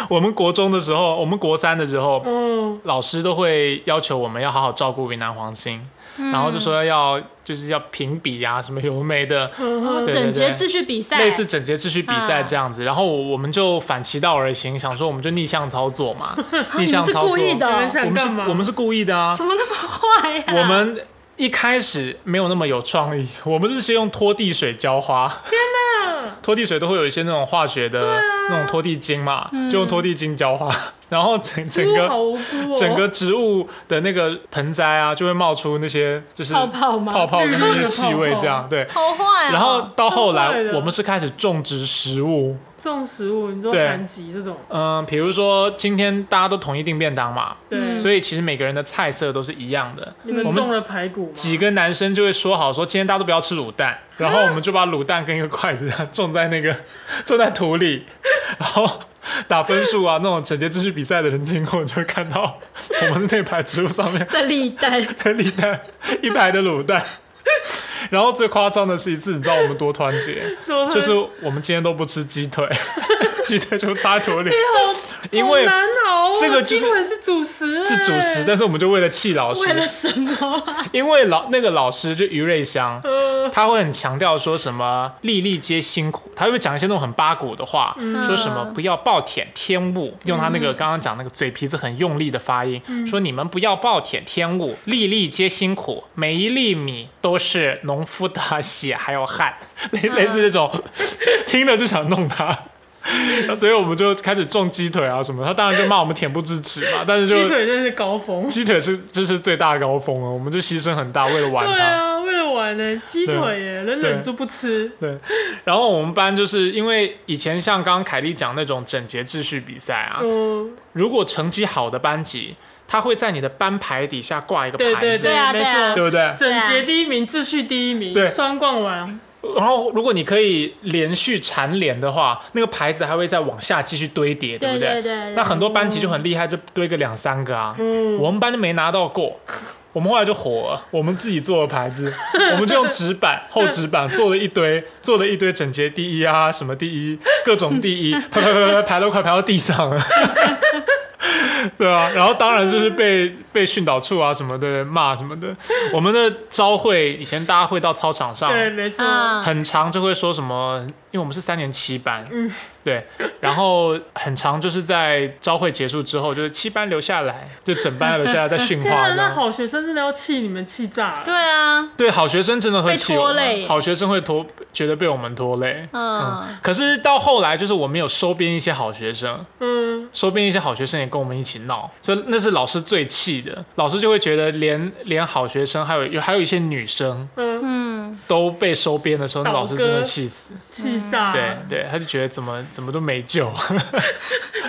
[SPEAKER 2] 我们国中的时候，我们国三的时候，
[SPEAKER 4] 嗯，
[SPEAKER 2] 老师都会要求我们要好好照顾云南黄星，
[SPEAKER 3] 嗯
[SPEAKER 2] 然后就说要就是要评比啊，什么有没的，
[SPEAKER 3] 哦
[SPEAKER 2] 对对
[SPEAKER 3] 整洁
[SPEAKER 2] 对
[SPEAKER 3] 秩序比赛，
[SPEAKER 2] 类似整洁秩序比赛
[SPEAKER 3] 嗯
[SPEAKER 2] 这样子。然后我们就反其道而行，想说我们就逆向操作 嘛，逆
[SPEAKER 3] 啊你
[SPEAKER 2] 向
[SPEAKER 3] 们是
[SPEAKER 2] 操作。
[SPEAKER 3] 故意的
[SPEAKER 4] 你们
[SPEAKER 3] 哦，
[SPEAKER 4] 想
[SPEAKER 2] 我们是
[SPEAKER 4] 干嘛？
[SPEAKER 2] 我们是故意的啊
[SPEAKER 3] 怎，么那么坏呀？
[SPEAKER 2] 我们一开始没有那么有创意， 我们是先用拖地水浇花。天哪！ 拖地水都会有一些那种化学的、
[SPEAKER 4] 啊
[SPEAKER 2] 那种拖地精嘛，就用拖地精浇花， 然后整整
[SPEAKER 4] 嗯猪好
[SPEAKER 2] 个。
[SPEAKER 4] 无辜哦，
[SPEAKER 2] 整个植物的那个盆栽啊，就会冒出那些就是
[SPEAKER 3] 泡泡吗
[SPEAKER 2] 泡泡跟那
[SPEAKER 4] 绿绿
[SPEAKER 2] 些
[SPEAKER 4] 的
[SPEAKER 2] 气味
[SPEAKER 4] 泡泡
[SPEAKER 2] 这样对。
[SPEAKER 3] 好坏哦，
[SPEAKER 2] 然后到后
[SPEAKER 4] 哎超
[SPEAKER 2] 来
[SPEAKER 4] 坏，的
[SPEAKER 2] 我们是开始种植食物，
[SPEAKER 4] 种食物，你说
[SPEAKER 2] 对
[SPEAKER 4] 南极这种，
[SPEAKER 2] 嗯，比如说今天大家都统一订便当嘛，
[SPEAKER 4] 对，
[SPEAKER 2] 所以其实每个人的菜色都是一样的，
[SPEAKER 4] 你们
[SPEAKER 2] 我们
[SPEAKER 4] 种了排骨吗？
[SPEAKER 2] 几个男生就会说好说，今天大家都不要吃卤蛋，然后我们就把卤蛋跟一个筷子种在那个 种在土里，然后打分数啊，那种整洁秩序比赛的人经过就会看到我们那排植物上面
[SPEAKER 3] 在立蛋，
[SPEAKER 2] 的卤蛋，一排的卤蛋。然后最夸张的是一次，你知道我们多团结，
[SPEAKER 4] 多
[SPEAKER 2] 就是
[SPEAKER 4] 好
[SPEAKER 2] 我们今天都不吃鸡腿，鸡腿就插土里，因
[SPEAKER 4] 好
[SPEAKER 2] 为
[SPEAKER 4] 难熬哦，
[SPEAKER 2] 这个就是
[SPEAKER 4] 今晚是主食，欸
[SPEAKER 2] 是主食，但是我们就为了气老师
[SPEAKER 3] 为，了什么啊？
[SPEAKER 2] 因为老那个老师就于瑞香，
[SPEAKER 4] 呃，
[SPEAKER 2] 他会很强调说什么粒粒皆辛苦，他会讲一些那种很八股的话，
[SPEAKER 4] 嗯
[SPEAKER 2] 说什么不要暴殄天物，用他那个刚刚讲那个嘴皮子很用力的发音，
[SPEAKER 4] 嗯
[SPEAKER 2] 说你们不要暴殄天物，粒粒皆辛苦，每一粒米都是农夫的血还 有汗，类类似这
[SPEAKER 4] 嗯
[SPEAKER 2] 种，听了就想弄他。 所以我们就开始种鸡腿啊什么，他当然就骂我们恬不知耻嘛，但是
[SPEAKER 4] 鸡
[SPEAKER 2] 就
[SPEAKER 4] 腿真的是高峰。
[SPEAKER 2] 鸡腿是这、是最大的高峰了，啊我们就牺牲很大为了玩
[SPEAKER 4] 对
[SPEAKER 2] 它。
[SPEAKER 4] 啊，为了玩呢，鸡腿耶，忍忍
[SPEAKER 2] 对啊
[SPEAKER 4] 住不吃，
[SPEAKER 2] 对，然后我们班就是因为以前像刚刚凯莉讲那种整洁秩序比赛啊，
[SPEAKER 4] 嗯，
[SPEAKER 2] 如果成绩好的班级，他会在你的班牌底下挂一个牌
[SPEAKER 4] 对
[SPEAKER 2] 子，
[SPEAKER 4] 对
[SPEAKER 3] 对啊
[SPEAKER 4] 没
[SPEAKER 3] 对啊
[SPEAKER 2] 对
[SPEAKER 4] 错，
[SPEAKER 2] 不对？
[SPEAKER 4] 整洁第一名，秩序第一名
[SPEAKER 2] 对，
[SPEAKER 4] 双冠王，
[SPEAKER 2] 然后如果你可以连续蝉联的话，那个牌子还会再往下继续堆叠，不
[SPEAKER 3] 对对对对
[SPEAKER 2] 那很多班级就很厉害，就堆个两三个啊。
[SPEAKER 4] 嗯
[SPEAKER 2] 我们班就没拿到过。我们后来就火了，我们自己做的牌子，我们就用纸板、厚纸板做了一堆，做了一堆整洁第一啊，什么第一，各种第一，排排排排排都快排到地上了。对啊，然后当然就是被被训导处啊什么的骂什么的。我们的招会以前大家会到操场上，
[SPEAKER 4] 对，没错，
[SPEAKER 3] 啊
[SPEAKER 2] 很长就会说什么，因为我们是三年七班，嗯，对，然后很长就是在招会结束之后，就是七班留下来，就整班留下来在训
[SPEAKER 4] 天
[SPEAKER 2] 话
[SPEAKER 4] 啊，
[SPEAKER 2] 这
[SPEAKER 4] 那
[SPEAKER 2] 样。
[SPEAKER 4] 好学生真的要气你们气炸了，
[SPEAKER 3] 对啊，
[SPEAKER 2] 对，好学生真的会气我们
[SPEAKER 3] 被拖累
[SPEAKER 2] 好学生会拖，觉得被我们拖累。
[SPEAKER 3] 嗯，
[SPEAKER 2] 可是到后来，就是我们有收编一些好学生，
[SPEAKER 4] 嗯，
[SPEAKER 2] 收编一些好学生也跟我们一起闹，所以那是老师最气的。老师就会觉得连连好学生，还有有还有一些女生
[SPEAKER 4] 嗯，
[SPEAKER 3] 嗯，
[SPEAKER 2] 都被收编的时候，那
[SPEAKER 4] 倒
[SPEAKER 2] 老师真的
[SPEAKER 4] 戈
[SPEAKER 2] 气死。
[SPEAKER 4] 气炸，啊
[SPEAKER 2] 对，对，他就觉得怎么怎么都没 救。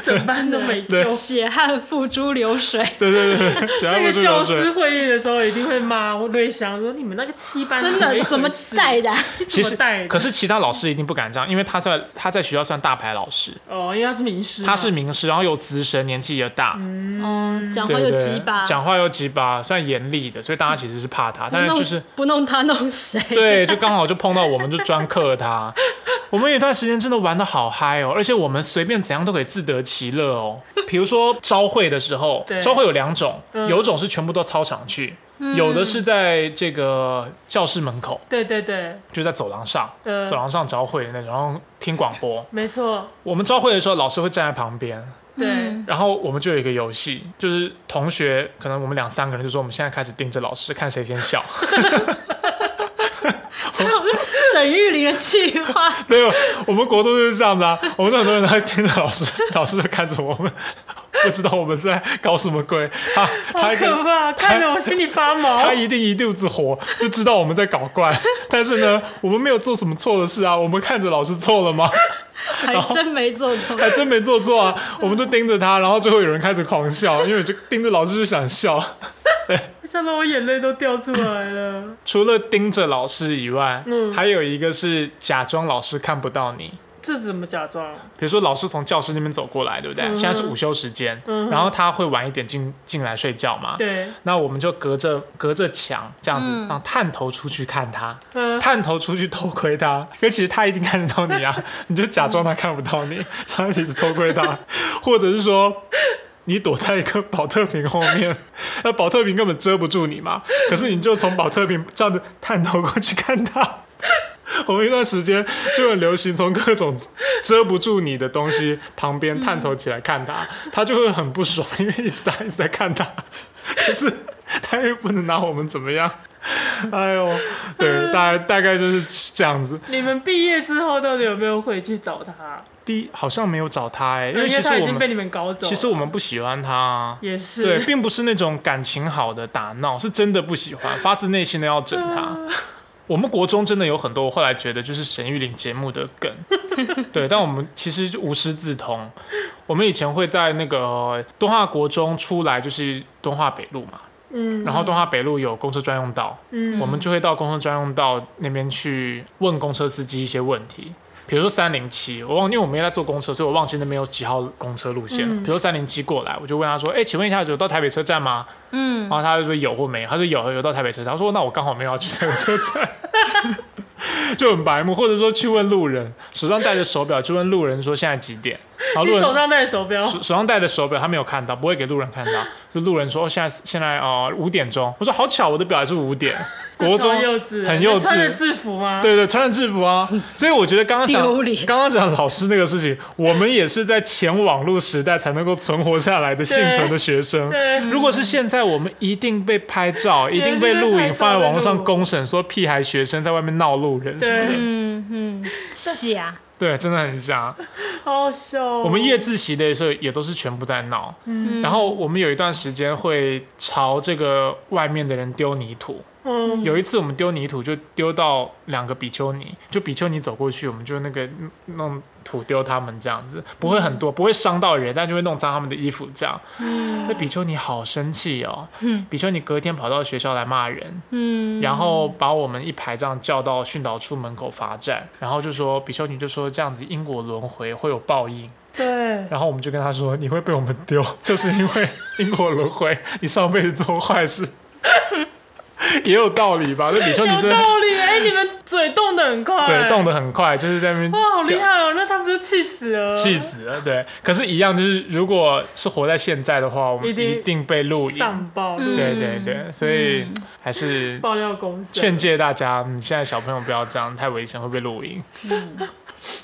[SPEAKER 4] 整班都没救
[SPEAKER 2] 对。
[SPEAKER 3] 血汗付诸流水，
[SPEAKER 2] 对对对对，全
[SPEAKER 4] 那
[SPEAKER 2] 部
[SPEAKER 4] 个
[SPEAKER 2] 是
[SPEAKER 4] 教
[SPEAKER 2] 流
[SPEAKER 4] 师
[SPEAKER 2] 水。
[SPEAKER 4] 会议的时候一定会骂瑞香说：“你们那个七班
[SPEAKER 3] 真
[SPEAKER 4] 没
[SPEAKER 3] 的
[SPEAKER 4] 回
[SPEAKER 3] 怎么
[SPEAKER 4] 事
[SPEAKER 3] 带的啊？
[SPEAKER 2] 其
[SPEAKER 4] 怎
[SPEAKER 2] 实
[SPEAKER 4] 么带，的
[SPEAKER 2] 可是其他老师一定不敢这样，因为他算他在学校算大牌老师，
[SPEAKER 4] 哦，因为他是名师嘛，
[SPEAKER 2] 他是名师，然后又资深，年纪也大，
[SPEAKER 3] 嗯，讲话
[SPEAKER 2] 对
[SPEAKER 3] 又
[SPEAKER 2] 对
[SPEAKER 3] 鸡巴，
[SPEAKER 2] 讲话又鸡巴，算严厉的，所以大家其实是怕
[SPEAKER 4] 嗯
[SPEAKER 2] 他，
[SPEAKER 3] 不
[SPEAKER 2] 但是
[SPEAKER 3] 弄
[SPEAKER 2] 就是
[SPEAKER 3] 不弄他 弄谁？
[SPEAKER 2] 对，就刚好就碰到我们，就专克 他。我们有一段时间真的玩的好嗨哦，而且我们随便怎样都可以自得其乐哦。比如说招会的时候
[SPEAKER 4] 对，
[SPEAKER 2] 招会有两种，
[SPEAKER 4] 嗯
[SPEAKER 2] 有一种是全部都操场去，有的是在这个教室门口，
[SPEAKER 4] 对对对，
[SPEAKER 2] 就在走廊上，
[SPEAKER 4] 呃
[SPEAKER 2] 走廊上招会的那种，然后听广播。
[SPEAKER 4] 没错，
[SPEAKER 2] 我们招会的时候，老师会站在旁边，
[SPEAKER 4] 对，
[SPEAKER 3] 嗯
[SPEAKER 2] 然后我们就有一个游戏，就是同学可能我们两三个人就说我们现在开始盯着老师看谁先笑。
[SPEAKER 3] 沈玉琳的计划，
[SPEAKER 2] 对，我们国中就是这样子啊，我们很多人都在盯着老师， 老师就看着我们，不知道我们在搞什么鬼。他
[SPEAKER 4] 好
[SPEAKER 2] 他一个
[SPEAKER 4] 可怕，看得我心里发毛。
[SPEAKER 2] 他一定一肚子火，就知道我们在搞怪。但是呢，我们没有做什么错的事啊，我们看着老师错了吗？
[SPEAKER 3] 还真没做错。
[SPEAKER 2] 还真没做错啊，我们就盯着他，然后最后有人开始狂笑，因为就盯着老师就想笑。
[SPEAKER 4] 笑到我眼泪都掉出来了。
[SPEAKER 2] 除了盯着老师以外，
[SPEAKER 4] 嗯
[SPEAKER 2] 还有一个是假装老师看不到你。
[SPEAKER 4] 这怎么假装？
[SPEAKER 2] 比如说老师从教室那边走过来，对不对？
[SPEAKER 4] 嗯
[SPEAKER 2] 现在是午休时间，
[SPEAKER 4] 嗯
[SPEAKER 2] 然后他会晚一点进进来睡觉嘛。
[SPEAKER 4] 对，
[SPEAKER 2] 那我们就隔着隔着墙这样子，
[SPEAKER 3] 嗯
[SPEAKER 2] 然后探头出去看他，
[SPEAKER 4] 嗯、
[SPEAKER 2] 探头出去偷窥他，因为其实他一定看得到你啊，你就假装他看不到你，这样一直偷窥他，或者是说你躲在一个保特瓶后面， 那保特瓶根本遮不住你嘛，可是你就从保特瓶 这样子探头过去看他。我们一段时间就很流行从各种遮不住你的东西旁边探头起来看他，他就会很不爽，因为一直他一直在看他，可是他又不能拿我们怎么样。 哎呦，对，大概大概就是这样子。
[SPEAKER 4] 你们毕业之后到底有没有回去找他？呃
[SPEAKER 2] 第一好像没有找他哎、因
[SPEAKER 4] 嗯因
[SPEAKER 2] 为其实
[SPEAKER 4] 他已
[SPEAKER 2] 我
[SPEAKER 4] 经被
[SPEAKER 2] 们
[SPEAKER 4] 你们搞走了。
[SPEAKER 2] 其实我们不喜欢他啊，
[SPEAKER 4] 也是
[SPEAKER 2] 对，并不是那种感情好的打闹，是真的不喜欢，发自内心的要整他。
[SPEAKER 4] 啊
[SPEAKER 2] 我们国中真的有很多，我后来觉得就是沈玉琳节目的 梗，对，但我们其实就无师自通。我们以前会在那个东华国中出来，就是东华北路嘛，
[SPEAKER 4] 嗯，
[SPEAKER 2] 然后东华北路有公车专用道，
[SPEAKER 4] 嗯
[SPEAKER 2] 我们就会到公车专用道那边去问公车司机一些问题，比如说三零七，我忘，因为我没在坐公车，所以我忘记那边有几号公车路线了。
[SPEAKER 4] 嗯
[SPEAKER 2] 比如说三零七过来，我就问他说：“哎、请问一下，有到台北车站吗？”
[SPEAKER 3] 嗯
[SPEAKER 2] 然，后他就说有或没有，他说有有到台北车站，我说那我刚好没有要去台北车站， 就很白目，或者说去问路人，手上戴着手表去问路人说现在几点，然后
[SPEAKER 4] 你
[SPEAKER 2] 路人
[SPEAKER 4] 手上戴手表，
[SPEAKER 2] 手手上戴的手表，他没有看到，不会给路人看到。就路人说：“哦，现在现在哦五、点钟。”我说：“好巧，我的表也是五点。”国中
[SPEAKER 4] 超幼稚，
[SPEAKER 2] 很幼
[SPEAKER 4] 你穿着
[SPEAKER 2] 稚，
[SPEAKER 4] 制服吗？，
[SPEAKER 2] 对对，穿着制服啊。所以我觉得刚刚讲
[SPEAKER 3] 丢脸
[SPEAKER 2] 刚刚讲老师那个事情，我们也是在前网络时代才能够存活下来的幸存的学生。
[SPEAKER 4] 对，
[SPEAKER 2] 如果是现在，我们一定被拍照，一定被录影放在网络上公审，说屁孩学生在外面闹路人什么的。
[SPEAKER 3] 嗯嗯，是啊，
[SPEAKER 2] 对，真的很像。
[SPEAKER 4] 好好笑哦。
[SPEAKER 2] 我们夜自习的时候也都是全部在闹。
[SPEAKER 4] 嗯
[SPEAKER 2] 然后我们有一段时间会朝这个外面的人丢泥土。
[SPEAKER 4] 嗯
[SPEAKER 2] 有一次我们丢泥土，就丢到两个比丘尼，就比丘尼走过去，我们就那个嗯弄土丢他们这样子，不会很多，不会伤到人，但就会弄脏他们的衣服这样。那比丘尼好生气哦，
[SPEAKER 3] 嗯
[SPEAKER 2] 比丘尼隔天跑到学校来骂人，
[SPEAKER 3] 嗯，
[SPEAKER 2] 然后把我们一排这样叫到训导处门口罚站，然后就说比丘尼就说这样子因果轮回会有报应。
[SPEAKER 4] 对，
[SPEAKER 2] 然后我们就跟他说：“你会被我们丢，就是因 为因果轮回，你上辈子做坏事， 也有道理吧？”那比丘尼
[SPEAKER 4] 有
[SPEAKER 2] 真的
[SPEAKER 4] 道理。哎，你们嘴动的很快，
[SPEAKER 2] 嘴动的很快，就是在那边
[SPEAKER 4] 哇，好厉
[SPEAKER 2] 讲
[SPEAKER 4] 害哦哦！那他们就气死了，
[SPEAKER 2] 气死了。对，可是，一样就是，如果是活在现在的话，我们
[SPEAKER 4] 一定
[SPEAKER 2] 一定被录影。
[SPEAKER 4] 上报，
[SPEAKER 3] 嗯
[SPEAKER 2] 对对对，所以
[SPEAKER 4] 嗯
[SPEAKER 2] 还是
[SPEAKER 4] 爆料公司， 啊
[SPEAKER 2] 劝诫大家，嗯，现在小朋友不要这样，太危险，会被录影。
[SPEAKER 4] 嗯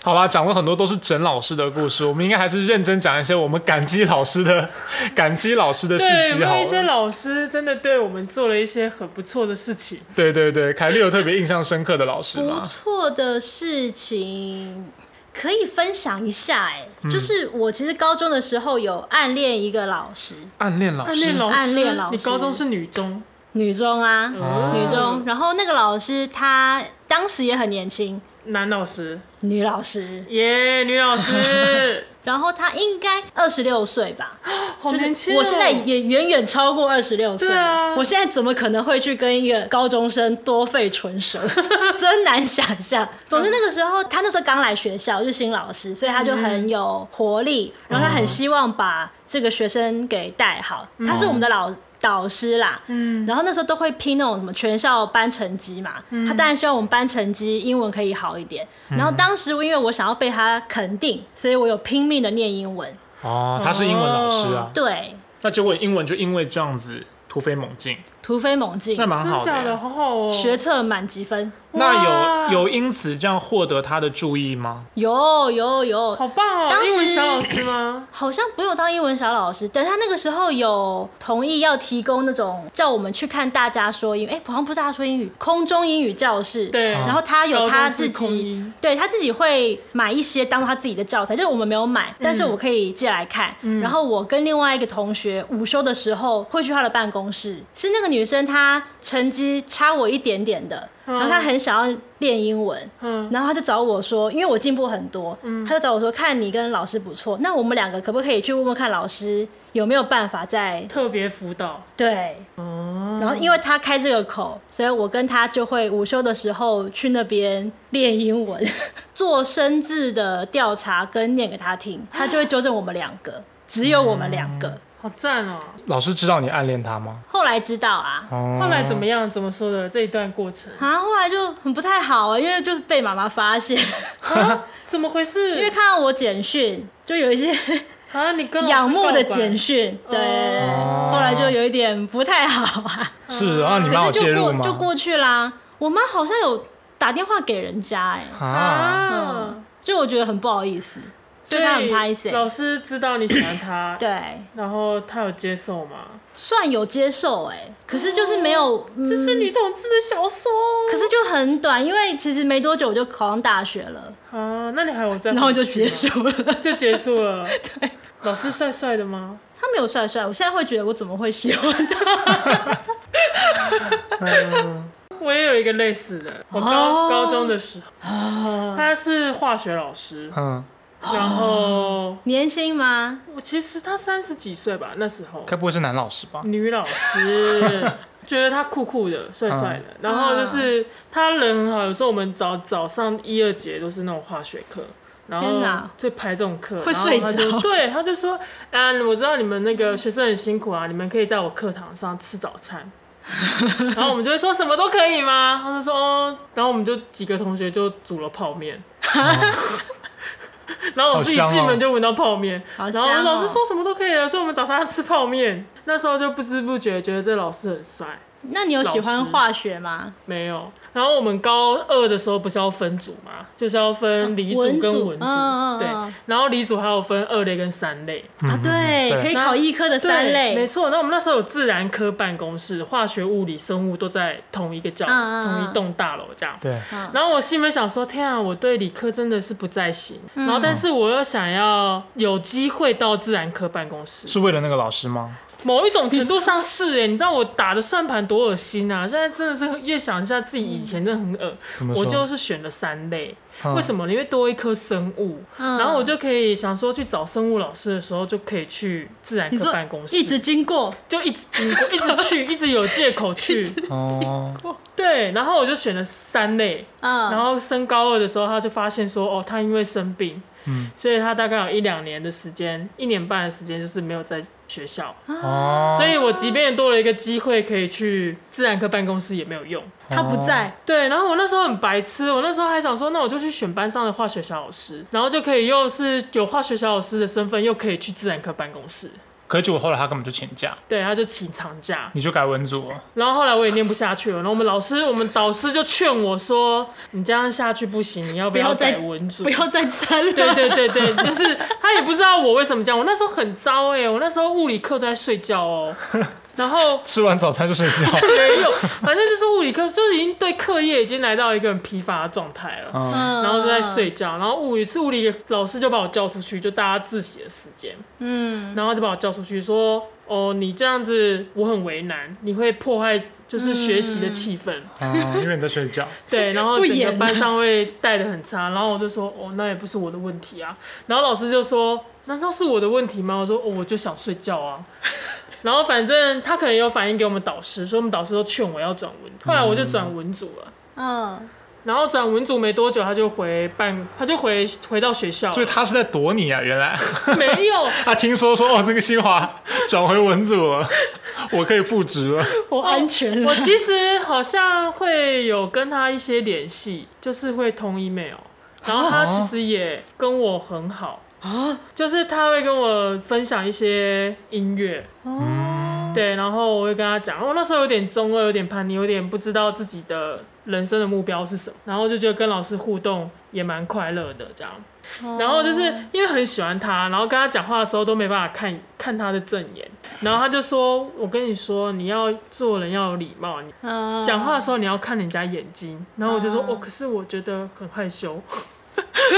[SPEAKER 2] 好啦，讲了很多都是整老师的故事，我们应该还是认真讲一些我们感激老师的 感激老师的事
[SPEAKER 4] 对，有
[SPEAKER 2] 迹
[SPEAKER 4] 没
[SPEAKER 2] 好
[SPEAKER 4] 有一些
[SPEAKER 2] 了。
[SPEAKER 4] 老师真的对我们做了一些很不错的事情？
[SPEAKER 3] 哦
[SPEAKER 2] 对对对，凯莉有特别印象深刻的老师
[SPEAKER 3] 不
[SPEAKER 2] 吗？
[SPEAKER 3] 错的事情。可以分享一下哎、就是我其实高中的时候有暗恋一个老师，
[SPEAKER 2] 暗恋老
[SPEAKER 4] 暗
[SPEAKER 2] 师
[SPEAKER 4] 恋，老师，
[SPEAKER 3] 暗恋老师
[SPEAKER 4] 你高中是女中，
[SPEAKER 3] 女中啊，
[SPEAKER 2] 哦
[SPEAKER 3] 女中。然后那个老师她当时也很年轻，
[SPEAKER 4] 男老师，
[SPEAKER 3] 女老师，
[SPEAKER 4] 耶，女老 师，
[SPEAKER 3] 然后她应该二十六岁吧，
[SPEAKER 4] 好
[SPEAKER 3] 就
[SPEAKER 4] 年
[SPEAKER 3] 是
[SPEAKER 4] 轻哦。
[SPEAKER 3] 我现在也远远超过二十六岁
[SPEAKER 4] 对
[SPEAKER 3] 了，
[SPEAKER 4] 啊
[SPEAKER 3] 我现在怎么可能会去跟一个高中生多费唇舌，真难想象。总
[SPEAKER 4] 嗯
[SPEAKER 3] 之那个时候，他那时候刚来学校，就是新老师，所以他就很有活力，然后他
[SPEAKER 4] 嗯
[SPEAKER 3] 很希望把这个学生给带好。他是我们的老导师啦，
[SPEAKER 4] 嗯，
[SPEAKER 3] 然后那时候都会拼那种什么全校班成绩嘛，他当然希望我们班成绩英文可以好一点。然后
[SPEAKER 4] 嗯
[SPEAKER 3] 当时因为我想要被他肯定，所以我有拼命的念英文。
[SPEAKER 2] 哦，他是英文老师啊。
[SPEAKER 3] 对，
[SPEAKER 2] 那结果英文就因为这样子突飞猛进，
[SPEAKER 3] 突飞猛进
[SPEAKER 2] 那，蛮
[SPEAKER 4] 真的
[SPEAKER 2] 好的
[SPEAKER 4] 假的？
[SPEAKER 2] 欸。
[SPEAKER 4] 好好哦。
[SPEAKER 3] 学测满级分，
[SPEAKER 2] 那
[SPEAKER 4] 哇
[SPEAKER 2] 有有因此这样获得他的注意吗？
[SPEAKER 3] 有有有，
[SPEAKER 4] 好棒哦！
[SPEAKER 3] 当时
[SPEAKER 4] 英文小老师吗？
[SPEAKER 3] 好像不用当英文小老师，但他那个时候有同意要提供那种叫我们去看大家说英语，哎、好像不是大家说英语，空中英语教室。。
[SPEAKER 4] 对，
[SPEAKER 2] 嗯
[SPEAKER 3] 然后他有他自
[SPEAKER 4] 高中是空
[SPEAKER 3] 己
[SPEAKER 4] 一，
[SPEAKER 3] 对他自己会买一些当做他自己的教材，就是我们没有
[SPEAKER 4] 嗯
[SPEAKER 3] 买，但是我可以借来看。然后我跟另外一个同学午休的时候会去他的办公室，是那个女生她成绩差我一点点的，然后她很想要练英文，
[SPEAKER 4] 嗯，
[SPEAKER 3] 然后他就找我说，因为我进步很多，他就找我说，看你跟老师不错，那我们两个可不可以去问问看老师有没有办法再
[SPEAKER 4] 特别辅导，
[SPEAKER 3] 对？然后因为他开这个口，所以我跟他就会午休的时候去那边练英文， 做生字的调查跟念给他听，他就会纠正我们两个，只有我们两个。
[SPEAKER 4] 好赞哦！
[SPEAKER 2] 老师知道你暗恋他吗？
[SPEAKER 3] 后来知道啊。
[SPEAKER 2] 哦
[SPEAKER 4] 后来怎么样？怎么说的？这一段过 程
[SPEAKER 3] 啊，后来就很不太好啊，因为就是被妈妈发现，
[SPEAKER 4] 啊？怎么回
[SPEAKER 3] 因为
[SPEAKER 4] 事？
[SPEAKER 3] 看到我简讯，就有一些
[SPEAKER 4] 啊，你跟老师
[SPEAKER 3] 仰慕的
[SPEAKER 4] 告白
[SPEAKER 3] 简讯，对，
[SPEAKER 4] 哦
[SPEAKER 3] 后来就有一点不太好啊。
[SPEAKER 2] 是啊？
[SPEAKER 4] 嗯
[SPEAKER 2] 你妈
[SPEAKER 3] 可
[SPEAKER 2] 有
[SPEAKER 3] 是
[SPEAKER 2] 介
[SPEAKER 3] 就
[SPEAKER 2] 入
[SPEAKER 3] 过
[SPEAKER 2] 吗？
[SPEAKER 3] 就过去啦。我妈好像有打电话给人家、哎，
[SPEAKER 2] 啊，
[SPEAKER 4] 啊
[SPEAKER 3] 嗯，，就我觉得很不好意思，
[SPEAKER 4] 所
[SPEAKER 3] 对
[SPEAKER 4] 以
[SPEAKER 3] 她很拍谁，
[SPEAKER 4] 老师知道你喜欢他，
[SPEAKER 3] 对，
[SPEAKER 4] 然后他有接受吗？
[SPEAKER 3] 算有接受、哎，可是就是没有，嗯
[SPEAKER 4] 这哦是女同志的小说
[SPEAKER 3] 可是就很短，因为其实没多久我就考上大学了，
[SPEAKER 4] 啊。那你还有在，
[SPEAKER 3] 然后就结，束了。
[SPEAKER 4] 就结束了。对，老师帅帅的吗？
[SPEAKER 3] 他没有帅帅，我现在会觉得我怎么会喜欢他？
[SPEAKER 4] 我也有一个类似的，我高、
[SPEAKER 3] 哦啊
[SPEAKER 4] 高中的时候，他是化学老师，
[SPEAKER 2] 嗯，
[SPEAKER 4] 然后
[SPEAKER 3] 年轻吗？
[SPEAKER 4] 我其实他三十几岁吧，那时候
[SPEAKER 2] 该不会是男老师吧？
[SPEAKER 4] 女老师觉得他酷酷的、帅帅的，
[SPEAKER 2] 嗯
[SPEAKER 4] 然后就是他人很好，有时候我们早早上一二节都是那种化学课。然后
[SPEAKER 3] 天哪
[SPEAKER 4] 就排这种课，
[SPEAKER 3] 会
[SPEAKER 4] 然后
[SPEAKER 3] 睡
[SPEAKER 4] 他就
[SPEAKER 3] 着
[SPEAKER 4] 对，他就说：“啊，我知道你们那个学生很辛苦啊，你们可以在我课堂上吃早 餐。”然后我们就会说什么都可以吗？他就说：“哦。”然后我们就几个同学就煮了泡 面，然后我自己
[SPEAKER 2] 好香哦
[SPEAKER 4] 进门就闻到泡面，
[SPEAKER 3] 好
[SPEAKER 4] 然
[SPEAKER 3] 香哦
[SPEAKER 4] 后老师说什么都可以了，所以我们早上要吃泡面。 那时候就不知不觉觉得这老师很帅，
[SPEAKER 3] 那你有喜欢化学吗？
[SPEAKER 4] 没有。然后我们高二的时候不是要分组嘛，就是要分理组
[SPEAKER 3] 啊文
[SPEAKER 4] 跟
[SPEAKER 3] 组
[SPEAKER 4] 文组，
[SPEAKER 3] 嗯嗯嗯
[SPEAKER 4] 对
[SPEAKER 3] 嗯。
[SPEAKER 4] 然后理组还有分二类跟三类，
[SPEAKER 3] 啊，
[SPEAKER 2] 嗯
[SPEAKER 3] 对，
[SPEAKER 2] 对
[SPEAKER 3] 可以考医科的三
[SPEAKER 4] 对没
[SPEAKER 3] 类，
[SPEAKER 4] 错。那我们那时候有自然科办公室，化学、物理、生物都在同一个教，
[SPEAKER 3] 嗯嗯嗯
[SPEAKER 4] 同一栋大楼这样。
[SPEAKER 2] 对，
[SPEAKER 4] 然后我心里面想说，天啊，我对理科真的是不在行。
[SPEAKER 3] 嗯
[SPEAKER 4] 然后，但是我又想要有机会到自然科办公室，
[SPEAKER 2] 是为了那个老师吗？
[SPEAKER 4] 某一种程度上是哎、你知道我打的算盘多恶心啊！现在真的是越想一下自己以前真的很恶，
[SPEAKER 2] 怎
[SPEAKER 3] 嗯
[SPEAKER 2] 么说
[SPEAKER 4] 我就是选了三类，
[SPEAKER 2] 嗯
[SPEAKER 4] 为什么呢？因为多一科生物，
[SPEAKER 3] 嗯
[SPEAKER 4] 然后我就可以想说去找生物老师的时候，就可以去自然
[SPEAKER 3] 你
[SPEAKER 4] 科
[SPEAKER 3] 说
[SPEAKER 4] 办公室，
[SPEAKER 3] 一直经过，
[SPEAKER 4] 就一直经过，一直 去，一直有借口去，
[SPEAKER 2] 哦，
[SPEAKER 4] 对，然后我就选了三类，
[SPEAKER 3] 嗯，
[SPEAKER 4] 然后升高二的时候，他就发现说，哦，他因为生病，
[SPEAKER 2] 嗯，
[SPEAKER 4] 所以他大概有一两年的时间，一年半的时间就是没有在学校，
[SPEAKER 2] 哦，
[SPEAKER 4] 所以我即便多了一个机会可以去自然科办公室也没有用。
[SPEAKER 3] 他不在，
[SPEAKER 4] 对，然后我那时候很白痴，我那时候还想说，那我就去选班上的化学小老师，然后就可以又是有化学小老师的身份，又可以去自然科办公室。
[SPEAKER 2] 可是结果后来他根本就请假，
[SPEAKER 4] 对，他就请长假，
[SPEAKER 2] 你就改文组了。
[SPEAKER 4] 然后后来我也念不下去了，然后我们老师、我们导师就劝我说：“你这样下去不行，你要不
[SPEAKER 3] 不
[SPEAKER 4] 要
[SPEAKER 3] 要再
[SPEAKER 4] 改文组？”
[SPEAKER 3] 不要再沾了。
[SPEAKER 4] 对对对对，就是他也不知道我为什么这样。我那时候很糟哎、我那时候物理课都在睡觉 哦、然后
[SPEAKER 2] 吃完早餐就睡 觉。
[SPEAKER 4] 没有，反正就是物理课就已经对课业已经来到一个很疲乏的状态了。
[SPEAKER 2] 嗯，
[SPEAKER 3] 嗯
[SPEAKER 4] 然后就在，睡觉，然后物理是物理老师就把我叫出去，就大家自习的时间，
[SPEAKER 3] 嗯，
[SPEAKER 4] 然后就把我叫出去说：“哦，你这样子我很为难，你会破坏就是学习的气氛。
[SPEAKER 2] 哦因为你在睡觉。
[SPEAKER 4] 对，然后
[SPEAKER 3] 不
[SPEAKER 4] 整个
[SPEAKER 3] 演了
[SPEAKER 4] 班上会带的很差，然后我就说哦，那也不是我的问题啊。然后老师就说，难道是我的问题吗？我说哦，我就想睡觉啊。然后反正他可能有反映给我们导师，所以我们导师都劝我要转文，后来我就转文组了。
[SPEAKER 3] 嗯，
[SPEAKER 4] 然后转文组没多久，他就回办，他就回回到学校了，
[SPEAKER 2] 所以他是在躲你啊！原来
[SPEAKER 4] 没有，
[SPEAKER 2] 他听说说哦，这个新华转回文组了， 我可以复职了。
[SPEAKER 3] 我安全了
[SPEAKER 4] 我。其实好像会有跟他一些联系，就是会通 email，然后他其实也跟我很好啊，就是他会跟我分享一些音乐，
[SPEAKER 3] 哦，
[SPEAKER 4] 对，然后我会跟他讲，我哦那时候有点中二，有点叛逆，有点不知道自己的人生的目标是什么，然后就觉得跟老师互动也蛮快乐的这样。然后就是因为很喜欢他，然后跟他讲话的时候都没办法看看他的正眼，然后他就说：“我跟你说，你要做人要有礼貌，你
[SPEAKER 3] 嗯
[SPEAKER 4] 讲话的时候你要看人家眼睛。”然后我就说：“哦，可是我觉得很害羞。”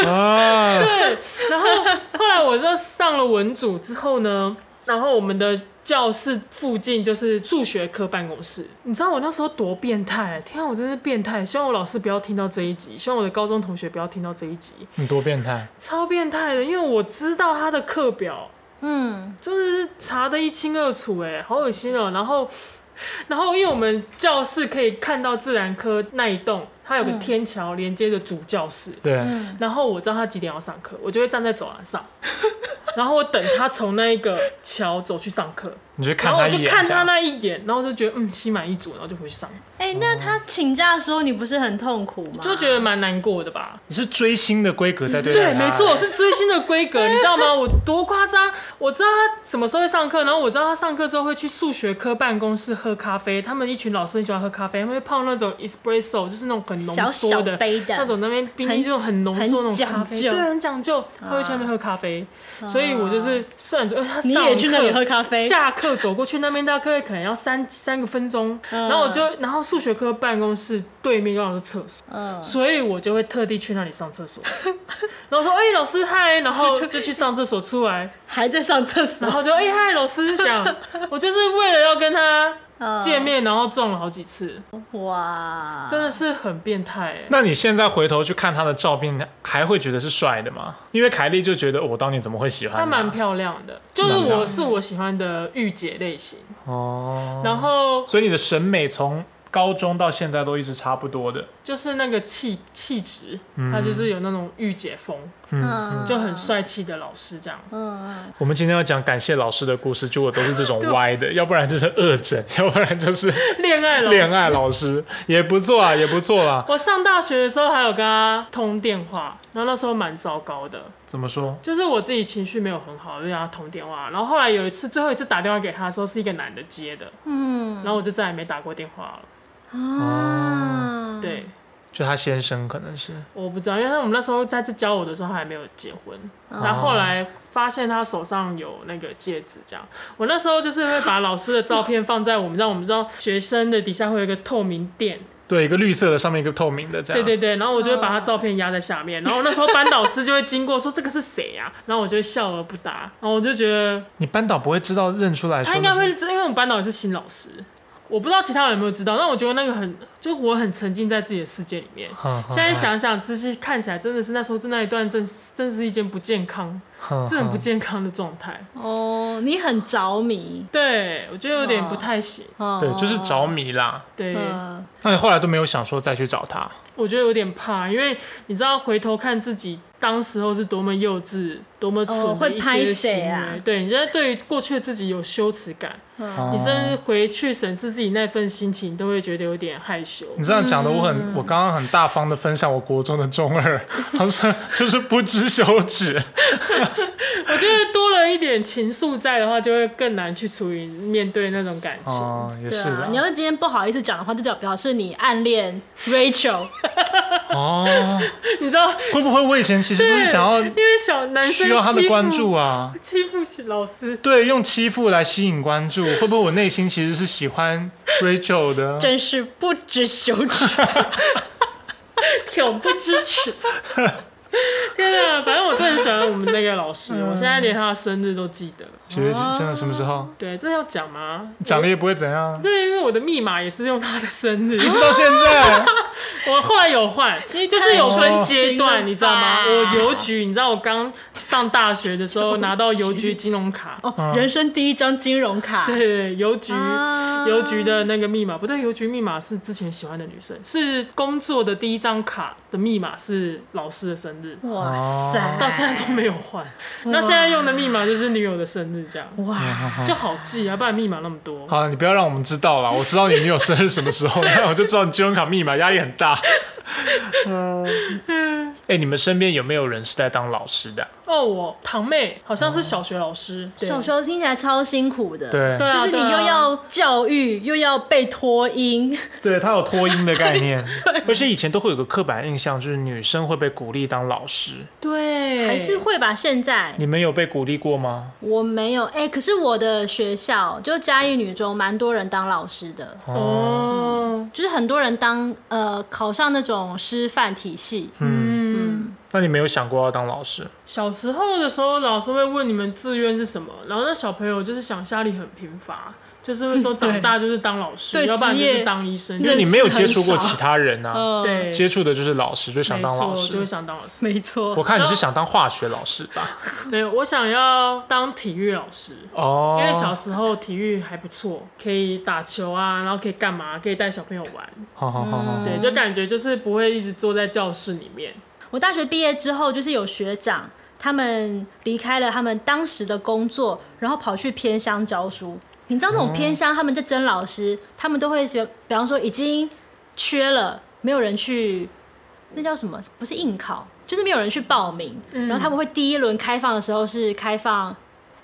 [SPEAKER 2] 啊，
[SPEAKER 4] 对， 然后后来我就上了文组之后呢，然后我们的教室附近就是数学科办公室。你知道我那时候多变态？天啊，我真是变态！希望我老师不要听到这一集，希望我的高中同学不要听到这一集，
[SPEAKER 2] 你多变态！
[SPEAKER 4] 超变态的，因为我知道他的课表
[SPEAKER 3] 嗯，
[SPEAKER 4] 真的是查的一清二楚，哎，好恶心哦、然后。然后，因为我们教室可以看到自然科那一栋，它有个
[SPEAKER 3] 嗯
[SPEAKER 4] 天桥连接着主教室，
[SPEAKER 2] 对，
[SPEAKER 4] 然后我知道他几点要上课，我就会站在走廊 上，然后我等他从那一个桥走去上课，
[SPEAKER 2] 你就看
[SPEAKER 4] 然后
[SPEAKER 2] 他
[SPEAKER 4] 我
[SPEAKER 2] 一
[SPEAKER 4] 就
[SPEAKER 2] 眼，
[SPEAKER 4] 看
[SPEAKER 2] 这
[SPEAKER 4] 他
[SPEAKER 2] 样
[SPEAKER 4] 那一眼，然后就觉得嗯心满意足，然后就回去上，
[SPEAKER 3] 哎、那他请假的时候你不是很痛苦吗？
[SPEAKER 4] 就觉得蛮难过的吧。
[SPEAKER 2] 你是追星的规格在对
[SPEAKER 4] 对，
[SPEAKER 2] 待他
[SPEAKER 4] 没错，我是追星的规格，你知 道吗？我多夸张！我知道他什么时候会上课，然后我知道他上课之后会去数学科办公室喝咖啡。他们一群老师很喜欢喝咖啡，他们会泡那种 espresso，就是那种很浓
[SPEAKER 3] 小
[SPEAKER 4] 缩
[SPEAKER 3] 小
[SPEAKER 4] 的
[SPEAKER 3] 杯的
[SPEAKER 4] 那种那边冰
[SPEAKER 3] 很
[SPEAKER 4] 就很浓缩那
[SPEAKER 3] 很
[SPEAKER 4] 种咖
[SPEAKER 3] 讲
[SPEAKER 4] 啡，
[SPEAKER 3] 究啊
[SPEAKER 4] 对，很讲究。他会去那边喝咖啡，所以我就是算着，哎他
[SPEAKER 3] 你
[SPEAKER 4] 上
[SPEAKER 3] 也
[SPEAKER 4] 完
[SPEAKER 3] 去那里
[SPEAKER 4] 课
[SPEAKER 3] 喝咖啡
[SPEAKER 4] 下课走过去那边大概可能要三三个分钟，
[SPEAKER 3] 嗯
[SPEAKER 4] 然后我就然后数学科办公室对面刚好是厕所。
[SPEAKER 3] 嗯，
[SPEAKER 4] 所以我就会特地去那里上厕所， 然后说：“哎、老师嗨！”然 后就去上厕所，出来，
[SPEAKER 3] 还在上厕
[SPEAKER 4] 然
[SPEAKER 3] 所，
[SPEAKER 4] 后就“哎、嗨，老师”这样。我就是为了要跟他
[SPEAKER 3] 嗯
[SPEAKER 4] 见面，然后中了好几次，
[SPEAKER 3] 哇，
[SPEAKER 4] 真的是很变态哎、
[SPEAKER 2] 那你现在回头去看他的照片，还会觉得是帅的吗？因为凯莉就觉得哦我当年怎么会喜欢
[SPEAKER 4] 她蛮
[SPEAKER 2] 漂
[SPEAKER 4] 漂亮的，就是
[SPEAKER 2] 蛮漂亮
[SPEAKER 4] 我
[SPEAKER 2] 的
[SPEAKER 4] 是我喜欢的御姐类型。
[SPEAKER 2] 哦，
[SPEAKER 4] 然后
[SPEAKER 2] 所以你的审美从高中到现在都一直差不多的，
[SPEAKER 4] 就是那个气气质，她就是有那种御姐风，
[SPEAKER 2] 嗯。
[SPEAKER 4] 就很帅气的老师这样。
[SPEAKER 3] 嗯，
[SPEAKER 2] 我们今天要讲感谢老师的故事，结果都是这种歪的，要不然就是恶 整，要不然就是
[SPEAKER 4] 恋爱老师，
[SPEAKER 2] 恋爱老师，也不错啊，也不错啊。
[SPEAKER 4] 我上大学的时候还有跟他通电话，然后那时候蛮糟糕的，
[SPEAKER 2] 怎么说？
[SPEAKER 4] 就是我自己情绪没有很好，就跟他通电话。然后后来有一次，最后一次打电话给他的时候是一个男的接的，
[SPEAKER 3] 嗯
[SPEAKER 4] 然后我就再也没打过电话了。
[SPEAKER 3] 嗯
[SPEAKER 2] 嗯
[SPEAKER 3] 啊，
[SPEAKER 4] 对，
[SPEAKER 2] 就他先生可能是
[SPEAKER 4] 我不知道，因为他我们那时候在这教我的时候，他还没有结婚。
[SPEAKER 2] 哦
[SPEAKER 4] 然后后来发现他手上有那个戒指，这样。我那时候就是会把老师的照片放在我们，让我们知道学生的底下会有一个透明垫，
[SPEAKER 2] 对一个绿色的，上面一个透明的这样。
[SPEAKER 4] 对对对，然后我就会把他照片压在下面，
[SPEAKER 2] 哦
[SPEAKER 4] 然后那时候班导师就会经过说这个是谁呀、然后我就笑而不答，然后我就觉得
[SPEAKER 2] 你班导不会知道认出来说
[SPEAKER 4] 他应该
[SPEAKER 2] 那是
[SPEAKER 4] 会知，因为我们班导也是新老师，我不知道其他人有没有知道，但我觉得那个很，就我很沉浸在自己的世界里面。
[SPEAKER 2] 哼哼
[SPEAKER 4] 现在想想，仔细看起来，真的是那时候在那一段真真是一件不健康、
[SPEAKER 2] 哼
[SPEAKER 4] 这很不
[SPEAKER 2] 哼
[SPEAKER 4] 健康的状态。
[SPEAKER 3] 哦，你很着迷，
[SPEAKER 4] 对，我觉得有点不太行。
[SPEAKER 3] 哦
[SPEAKER 2] 对，就是着迷啦。
[SPEAKER 4] 对，
[SPEAKER 3] 嗯
[SPEAKER 2] 那你后来都没有想说再去找他？
[SPEAKER 4] 我觉得有点怕，因为你知道回头看自己当时候是多么幼稚、多么
[SPEAKER 3] 哦
[SPEAKER 4] 蠢的
[SPEAKER 3] 会
[SPEAKER 4] 一
[SPEAKER 3] 拍
[SPEAKER 4] 些
[SPEAKER 3] 谁
[SPEAKER 4] 行为。
[SPEAKER 3] 啊嗯
[SPEAKER 4] 对，你现在对于过去的自己有羞耻感，
[SPEAKER 2] 哦
[SPEAKER 4] 你甚至回去审视自己那份心情，都会觉得有点害羞。
[SPEAKER 2] 你这样讲的，我
[SPEAKER 4] 嗯
[SPEAKER 2] 很，我刚刚很大方的分享我国中的 中二，好像就是不知羞耻。
[SPEAKER 4] 我觉得多了一点情愫在的话，就会更难去处理面对那种感情。
[SPEAKER 2] 哦，也
[SPEAKER 3] 对
[SPEAKER 2] 是
[SPEAKER 3] 啊
[SPEAKER 2] 啦，
[SPEAKER 3] 你要是今天不好意思讲的话，就代表是你暗恋 Rachel，
[SPEAKER 2] 哦，
[SPEAKER 4] 你知道，
[SPEAKER 2] 会不会我以前其实都是想要
[SPEAKER 4] 因为小男生
[SPEAKER 2] 需要他的
[SPEAKER 4] 欺负
[SPEAKER 2] 关注，啊？
[SPEAKER 4] 欺负老师。
[SPEAKER 2] 对，用欺负来吸引关注，会不会我内心其实是 喜欢 Rachel 的？
[SPEAKER 3] 真是不知羞耻。
[SPEAKER 4] 挺不支持。 天哪，反正我真的很喜欢我们那个老师，我现在连他的生日都记得。
[SPEAKER 2] 几月几？真的什么时候？
[SPEAKER 4] 对，这要讲吗？
[SPEAKER 2] 讲了也不会怎样，
[SPEAKER 4] 哦对，因为我的密码也是用他的生日，
[SPEAKER 2] 一直到现在。
[SPEAKER 4] 我后来有换，
[SPEAKER 3] 你
[SPEAKER 4] 就是有分阶
[SPEAKER 3] 哦
[SPEAKER 4] 段，你知道吗？
[SPEAKER 3] 行了吧
[SPEAKER 4] 我邮局，你知道我刚上大学的时候拿到邮局金融卡，
[SPEAKER 3] 哦，人生第一张金融卡，
[SPEAKER 4] 对对对，邮局
[SPEAKER 3] 啊
[SPEAKER 4] 邮局的那个密码不对，邮局密码是之前喜欢的女生，是工作的第一张卡的密码是老师的生日，
[SPEAKER 3] 哇塞，
[SPEAKER 4] 到现在都没有换。那现在用的密码就是女友的生日，这样
[SPEAKER 3] 哇，
[SPEAKER 4] 就好记啊，不然密码那么多。
[SPEAKER 2] 好了，你不要让我们知道了。我知道你女友 生日什么时候，那我就知道你金融卡密码，压力很大。嗯， 哎，你们身边有没有人是在当老师的？啊
[SPEAKER 4] 哦，我堂妹好像是小学老师，对
[SPEAKER 3] 哦小时候听起来超辛苦的，，
[SPEAKER 2] 对
[SPEAKER 4] 对啊
[SPEAKER 3] 就是
[SPEAKER 4] 对
[SPEAKER 3] 你
[SPEAKER 4] 啊
[SPEAKER 3] 又要教
[SPEAKER 4] 啊
[SPEAKER 3] 育，又要被拖音，
[SPEAKER 2] 对，它有脱音的概念，而且以前都会有个刻板印象，就是女生会被鼓励当老师。
[SPEAKER 4] 对，
[SPEAKER 3] 还是会吧？现在
[SPEAKER 2] 你们有被鼓励过吗？
[SPEAKER 3] 我没有，哎、可是我的学校就嘉义女中，蛮多人当老师的，
[SPEAKER 2] 哦
[SPEAKER 4] 哦，
[SPEAKER 3] 就是很多人当呃考上那种师范体系，
[SPEAKER 4] 嗯。
[SPEAKER 2] 那你没有想过要当老师？
[SPEAKER 4] 小时候的时候，老师会问你们志愿是什么，然后那小朋友就是想象力很贫乏，就是会说长大就是当老师，
[SPEAKER 3] 嗯对
[SPEAKER 4] 要不然就
[SPEAKER 3] 职
[SPEAKER 4] 是
[SPEAKER 3] 业
[SPEAKER 4] 当医生，
[SPEAKER 2] 因为
[SPEAKER 3] 认
[SPEAKER 2] 你
[SPEAKER 3] 识
[SPEAKER 2] 没有接触过
[SPEAKER 3] 很少
[SPEAKER 2] 其他人啊，
[SPEAKER 3] 嗯，
[SPEAKER 4] 对，
[SPEAKER 2] 接触的就是老师，就想当老
[SPEAKER 4] 没错就会
[SPEAKER 2] 师。
[SPEAKER 4] 想当老师。
[SPEAKER 3] 没错，
[SPEAKER 2] 我看你是想当化学老师吧？
[SPEAKER 4] 对，我想要当体育老师。
[SPEAKER 2] 哦，
[SPEAKER 4] 因为小时候体育还不错，可以打球啊，然后可以干嘛，可以带小朋友玩，
[SPEAKER 2] 好好好好，
[SPEAKER 4] 对，就感觉就是不会一直坐在教室里面。
[SPEAKER 3] 我大学毕业之后，就是有学长，他们离开了他们当时的工作，然后跑去偏乡教书。你知道那种
[SPEAKER 4] 哦
[SPEAKER 3] 偏乡，他们在争老师，他们都会觉，比方说已经缺了，没有人去，那叫什么？不是应考，就是没有人去报名。
[SPEAKER 4] 嗯
[SPEAKER 3] 然后他们会第一轮开放的时候是开放，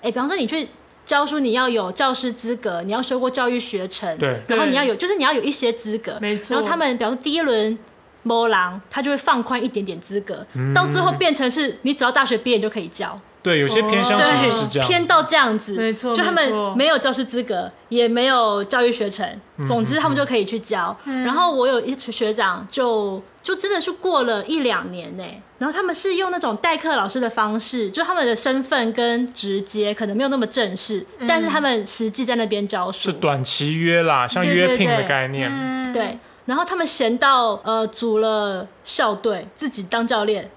[SPEAKER 3] 哎，比方说你去。教书你要有教师资格，你要修过教育学程，
[SPEAKER 2] 对
[SPEAKER 3] 然后
[SPEAKER 4] 对
[SPEAKER 3] 你要有，就是你要有一些资格，
[SPEAKER 4] 没错
[SPEAKER 3] 嗯然后他们，比方说第一轮摸狼，他就会放宽一点点资格，
[SPEAKER 2] 嗯
[SPEAKER 3] 到最后变成是你只要大学毕业就可以教，
[SPEAKER 2] 对，有些偏乡其实是这
[SPEAKER 3] 对，
[SPEAKER 2] 样子，
[SPEAKER 3] 偏到这样子，
[SPEAKER 4] 没错
[SPEAKER 3] 就他
[SPEAKER 4] 没
[SPEAKER 3] 们
[SPEAKER 4] 错
[SPEAKER 3] 没有教师资格，也没有教育学程，
[SPEAKER 2] 嗯
[SPEAKER 3] 总之他们就可以去教。
[SPEAKER 4] 嗯
[SPEAKER 3] 然后我有一群学长就就真的是过了一两年呢、然后他们是用那种代课老师的方式，就他们的身份跟直接可能没有那么正式，
[SPEAKER 4] 嗯
[SPEAKER 3] 但是他们实际在那边教书，
[SPEAKER 2] 是短期约啦，像
[SPEAKER 3] 嗯对嗯
[SPEAKER 2] 约
[SPEAKER 3] 对
[SPEAKER 2] 聘的
[SPEAKER 3] 对
[SPEAKER 2] 概念。
[SPEAKER 3] 对，然后他们闲到呃组了校队，自己当教练，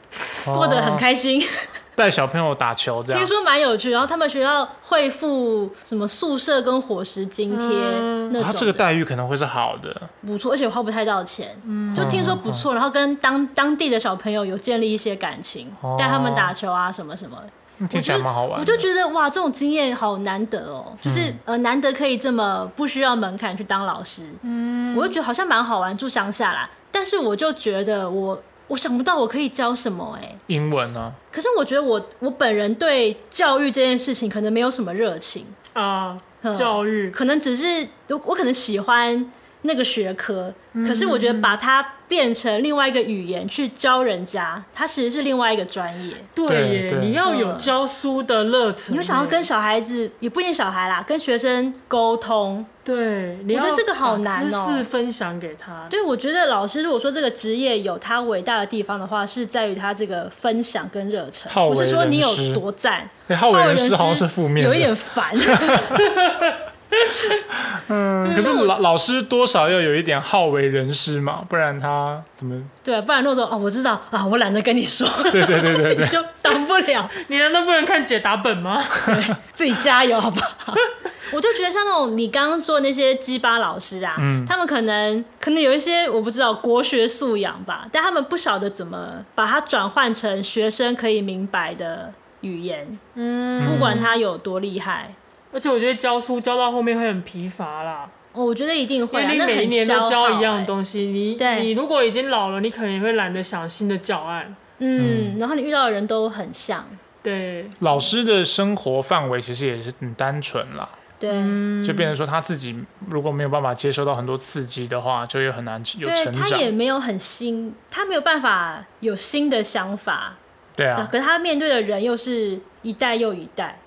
[SPEAKER 2] 哦
[SPEAKER 3] 过得很开心，
[SPEAKER 2] 带小朋友打球这样
[SPEAKER 3] 听。说蛮有趣。然后他们学校会付什么宿舍跟伙食津贴、那
[SPEAKER 2] 他嗯
[SPEAKER 3] 种，
[SPEAKER 2] 啊这个待遇可能会是好的，
[SPEAKER 3] 不错，而且花不太到钱，
[SPEAKER 2] 嗯
[SPEAKER 3] 就听说不错。然后跟当当地的小朋友有建立一些感情，
[SPEAKER 2] 哦
[SPEAKER 3] 带他们打球啊什么什么的。
[SPEAKER 2] 听起来蛮好玩的。
[SPEAKER 3] 我就觉得哇，这种经验好难得哦，就是、
[SPEAKER 4] 嗯
[SPEAKER 3] 呃难得可以这么不需要门槛去当老师，嗯，我就觉得好像蛮好玩，住乡下啦。但是我就觉得我我想不到我可以教什么哎、
[SPEAKER 2] 英文啊呢、
[SPEAKER 3] 可是我觉得我我本人对教育这件事情可能没有什么热情，
[SPEAKER 4] 啊、
[SPEAKER 3] 嗯
[SPEAKER 4] 教育
[SPEAKER 3] 可能只是我我可能喜欢那个学科，
[SPEAKER 4] 嗯
[SPEAKER 3] 可是我觉得把它变成另外一个语言去教人家，它其实是另外一个专业。
[SPEAKER 4] 对耶，
[SPEAKER 2] 对
[SPEAKER 4] 你要有教书的热忱耶，
[SPEAKER 3] 你会嗯想要跟小孩子，也不一定小孩啦，跟学生沟通，
[SPEAKER 4] 对，你
[SPEAKER 3] 我觉得
[SPEAKER 4] 要
[SPEAKER 3] 这个好
[SPEAKER 4] 把
[SPEAKER 3] 难哦
[SPEAKER 4] 知识分享给他，
[SPEAKER 3] 对，我觉得老师如果说这个职业有他伟大的地方的话，是在于他这个分享跟热忱，
[SPEAKER 2] 好为
[SPEAKER 3] 不是说你
[SPEAKER 2] 人师
[SPEAKER 3] 有多赞。
[SPEAKER 2] 诶好为人师好像是
[SPEAKER 3] 师
[SPEAKER 2] 负面的
[SPEAKER 3] 有一点烦。
[SPEAKER 2] 嗯，可是老老师多少要有一点好为人师嘛，不然他怎 么？
[SPEAKER 3] 对，不然那种哦，我知道啊，我懒得跟你说，
[SPEAKER 2] 对对对 对对，
[SPEAKER 3] 就当不了，
[SPEAKER 4] 你难道不能看解答本吗？
[SPEAKER 3] 自己加油好不好？ 我就觉得像那种你刚刚说的那些鸡巴老师啊，
[SPEAKER 4] 嗯
[SPEAKER 3] 他们可能可能有一些我不知道国学素养吧，但他们不晓得怎么把它转换成学生可以明白的语言，
[SPEAKER 4] 嗯，
[SPEAKER 3] 不管他有多厉害。
[SPEAKER 4] 而且我觉得教书教到后面会很疲乏啦，
[SPEAKER 3] 哦，我觉得一定
[SPEAKER 4] 因
[SPEAKER 3] 会、啊，
[SPEAKER 4] 为你
[SPEAKER 3] 那
[SPEAKER 4] 每一
[SPEAKER 3] 很
[SPEAKER 4] 年
[SPEAKER 3] 消
[SPEAKER 4] 都
[SPEAKER 3] 耗、
[SPEAKER 4] 教一样
[SPEAKER 3] 欸
[SPEAKER 4] 的东西，你
[SPEAKER 3] 对
[SPEAKER 4] 你如果已经老了，你可能也会懒得想新的教案。
[SPEAKER 3] 嗯，然后你遇到的人都很像，
[SPEAKER 4] 对，
[SPEAKER 2] 老师的生活范围其实也是很单纯啦，
[SPEAKER 3] 对、
[SPEAKER 4] 嗯
[SPEAKER 2] 就变成说他自己如果没有办法接受到很多刺激的话，就也很难有
[SPEAKER 3] 对，
[SPEAKER 2] 成
[SPEAKER 3] 他
[SPEAKER 2] 长
[SPEAKER 3] 也。没有很新，他没有办法有新的想法，
[SPEAKER 2] 对啊，
[SPEAKER 3] 可是他面对的人又是一代又一代，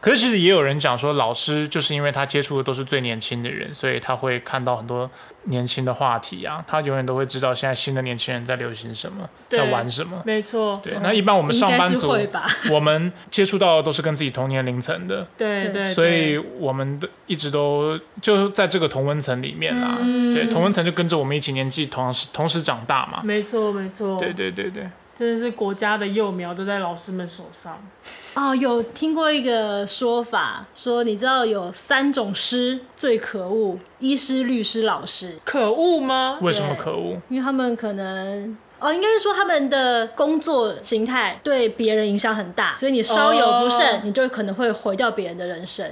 [SPEAKER 2] 可是其实也有人讲说，老师就是因为他接触的都是最年轻的人，所以他会看到很多年轻的话题啊，他永远都会知道现在新的年轻人在流行什么，
[SPEAKER 4] 对嗯
[SPEAKER 2] 在玩什么。
[SPEAKER 4] 没错，
[SPEAKER 2] 对，那一般我们
[SPEAKER 3] 应
[SPEAKER 2] 上
[SPEAKER 3] 该
[SPEAKER 2] 班
[SPEAKER 3] 是
[SPEAKER 2] 族，
[SPEAKER 3] 会吧？
[SPEAKER 2] 我们接触到的都是跟自己同年龄层的，
[SPEAKER 4] 对
[SPEAKER 3] 对
[SPEAKER 4] 对，
[SPEAKER 2] 所以
[SPEAKER 4] 对
[SPEAKER 2] 我们的一直都就在这个同温层里面啦。
[SPEAKER 4] 嗯
[SPEAKER 2] 对，同温层就跟着我们一起年纪同时同时长大嘛。
[SPEAKER 4] 没错没错，
[SPEAKER 2] 对对对对，
[SPEAKER 4] 真的是国家的幼苗都在老师们手上。
[SPEAKER 3] 哦，有听过一个说法，说你知道有三种师最可恶：医师、律师、老师，
[SPEAKER 4] 可恶吗？
[SPEAKER 2] 为什么
[SPEAKER 3] 对
[SPEAKER 2] 可恶？
[SPEAKER 3] 因为他们可能。哦，应该是说他们的工作形态对别人影响很大，所以你稍有不慎
[SPEAKER 4] 哦，
[SPEAKER 3] 你就可能会毁掉别人的人生，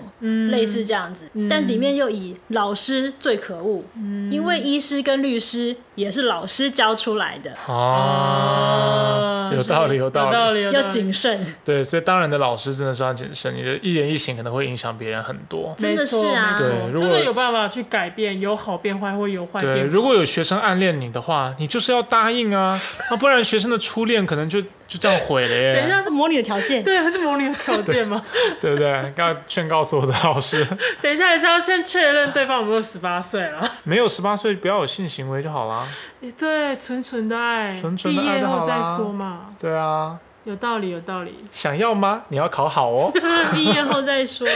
[SPEAKER 3] 类似这样子。但里面又以老师最可恶，因为医师跟律师也是老师教出来的，
[SPEAKER 4] 哦
[SPEAKER 2] 啊，有道理，有道
[SPEAKER 4] 有道
[SPEAKER 2] 理。
[SPEAKER 4] 理，有道
[SPEAKER 3] 要
[SPEAKER 4] 理
[SPEAKER 3] 谨慎。
[SPEAKER 2] 对，所以当然的老师真的是要谨慎，你的一言一行可能会影响别人很多。
[SPEAKER 3] 真的是啊
[SPEAKER 4] 没错没
[SPEAKER 2] 对
[SPEAKER 4] 错
[SPEAKER 2] 如果
[SPEAKER 4] 真的有办法去改变，由好变坏或由坏
[SPEAKER 2] 对，
[SPEAKER 4] 变好。
[SPEAKER 2] 如果有学生暗恋你的话，你就是要答应啊，啊，不然学生的初恋可能就就这样毁了
[SPEAKER 4] 等一
[SPEAKER 2] 耶，
[SPEAKER 4] 下
[SPEAKER 3] 那是模拟的条件，
[SPEAKER 4] 对，还是模拟的条件吗？
[SPEAKER 2] 对不对？ 要劝告所有的老师，
[SPEAKER 4] 等一下还是要先确认对方有没有十八岁啊？
[SPEAKER 2] 没有十八岁不要有性行为就好啦。
[SPEAKER 4] 诶对，纯纯的爱，
[SPEAKER 2] 纯纯的
[SPEAKER 4] 毕
[SPEAKER 2] 爱
[SPEAKER 4] 业
[SPEAKER 2] 就好
[SPEAKER 4] 后
[SPEAKER 2] 啦
[SPEAKER 4] 再说嘛，
[SPEAKER 2] 对啊，
[SPEAKER 4] 有道理，有道理。
[SPEAKER 2] 想要吗？你要考好哦。
[SPEAKER 3] 毕业后再说。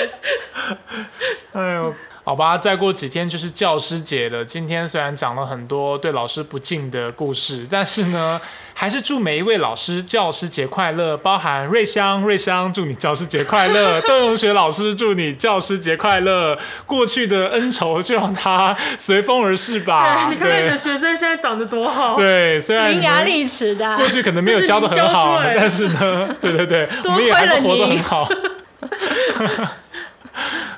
[SPEAKER 2] 哎呦，好吧，再过几天就是教师节了。今天虽然讲了很多对老师不敬的故事，但是呢， 还是祝每一位老师教师节快乐。包含瑞香，瑞香祝你教师节快乐；邓荣学老师祝你教师节快乐。过去的恩仇就让它随风而逝吧。
[SPEAKER 4] 对， 你看看你的
[SPEAKER 2] 啊 对
[SPEAKER 4] 学生现在长得多好，
[SPEAKER 2] 对，虽然你
[SPEAKER 3] 伶牙
[SPEAKER 2] 们
[SPEAKER 3] 俐齿 的 啊、
[SPEAKER 2] 过去可能没有教的很好，但
[SPEAKER 4] 这
[SPEAKER 2] 是呢， 对对对，我
[SPEAKER 3] 多
[SPEAKER 2] 们也还是
[SPEAKER 3] 亏了
[SPEAKER 2] 活得
[SPEAKER 3] 你
[SPEAKER 2] 很 好。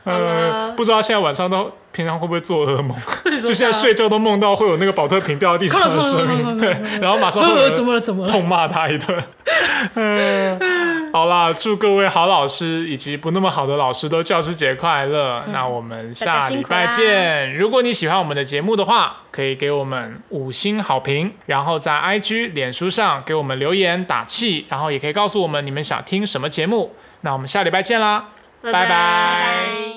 [SPEAKER 4] 好
[SPEAKER 2] 呃
[SPEAKER 4] 啦，
[SPEAKER 2] 不知道现在晚上都平常会不会做噩梦？
[SPEAKER 4] 你说
[SPEAKER 2] 就现在
[SPEAKER 4] 啥
[SPEAKER 2] 睡觉都梦到会有那个保特瓶掉到地上 的声音，对，然后马上会有
[SPEAKER 3] 呃，
[SPEAKER 2] 人
[SPEAKER 3] 怎么了？怎 么了？
[SPEAKER 2] 痛骂他一顿。嗯，好啦，祝各位好老师以及不那么好的老师都教师节快乐。那我们
[SPEAKER 3] 嗯大
[SPEAKER 2] 下
[SPEAKER 3] 家
[SPEAKER 2] 礼
[SPEAKER 3] 辛苦
[SPEAKER 2] 拜
[SPEAKER 3] 啦
[SPEAKER 2] 见。如果你喜欢我们的节目的话，可以给我们五星好评，然后在 IG、脸书上给我们留言打气，然后也可以告诉我们你们想听什么节目。那我们下礼拜见啦，
[SPEAKER 4] 拜
[SPEAKER 2] 拜
[SPEAKER 4] 拜
[SPEAKER 3] 拜拜。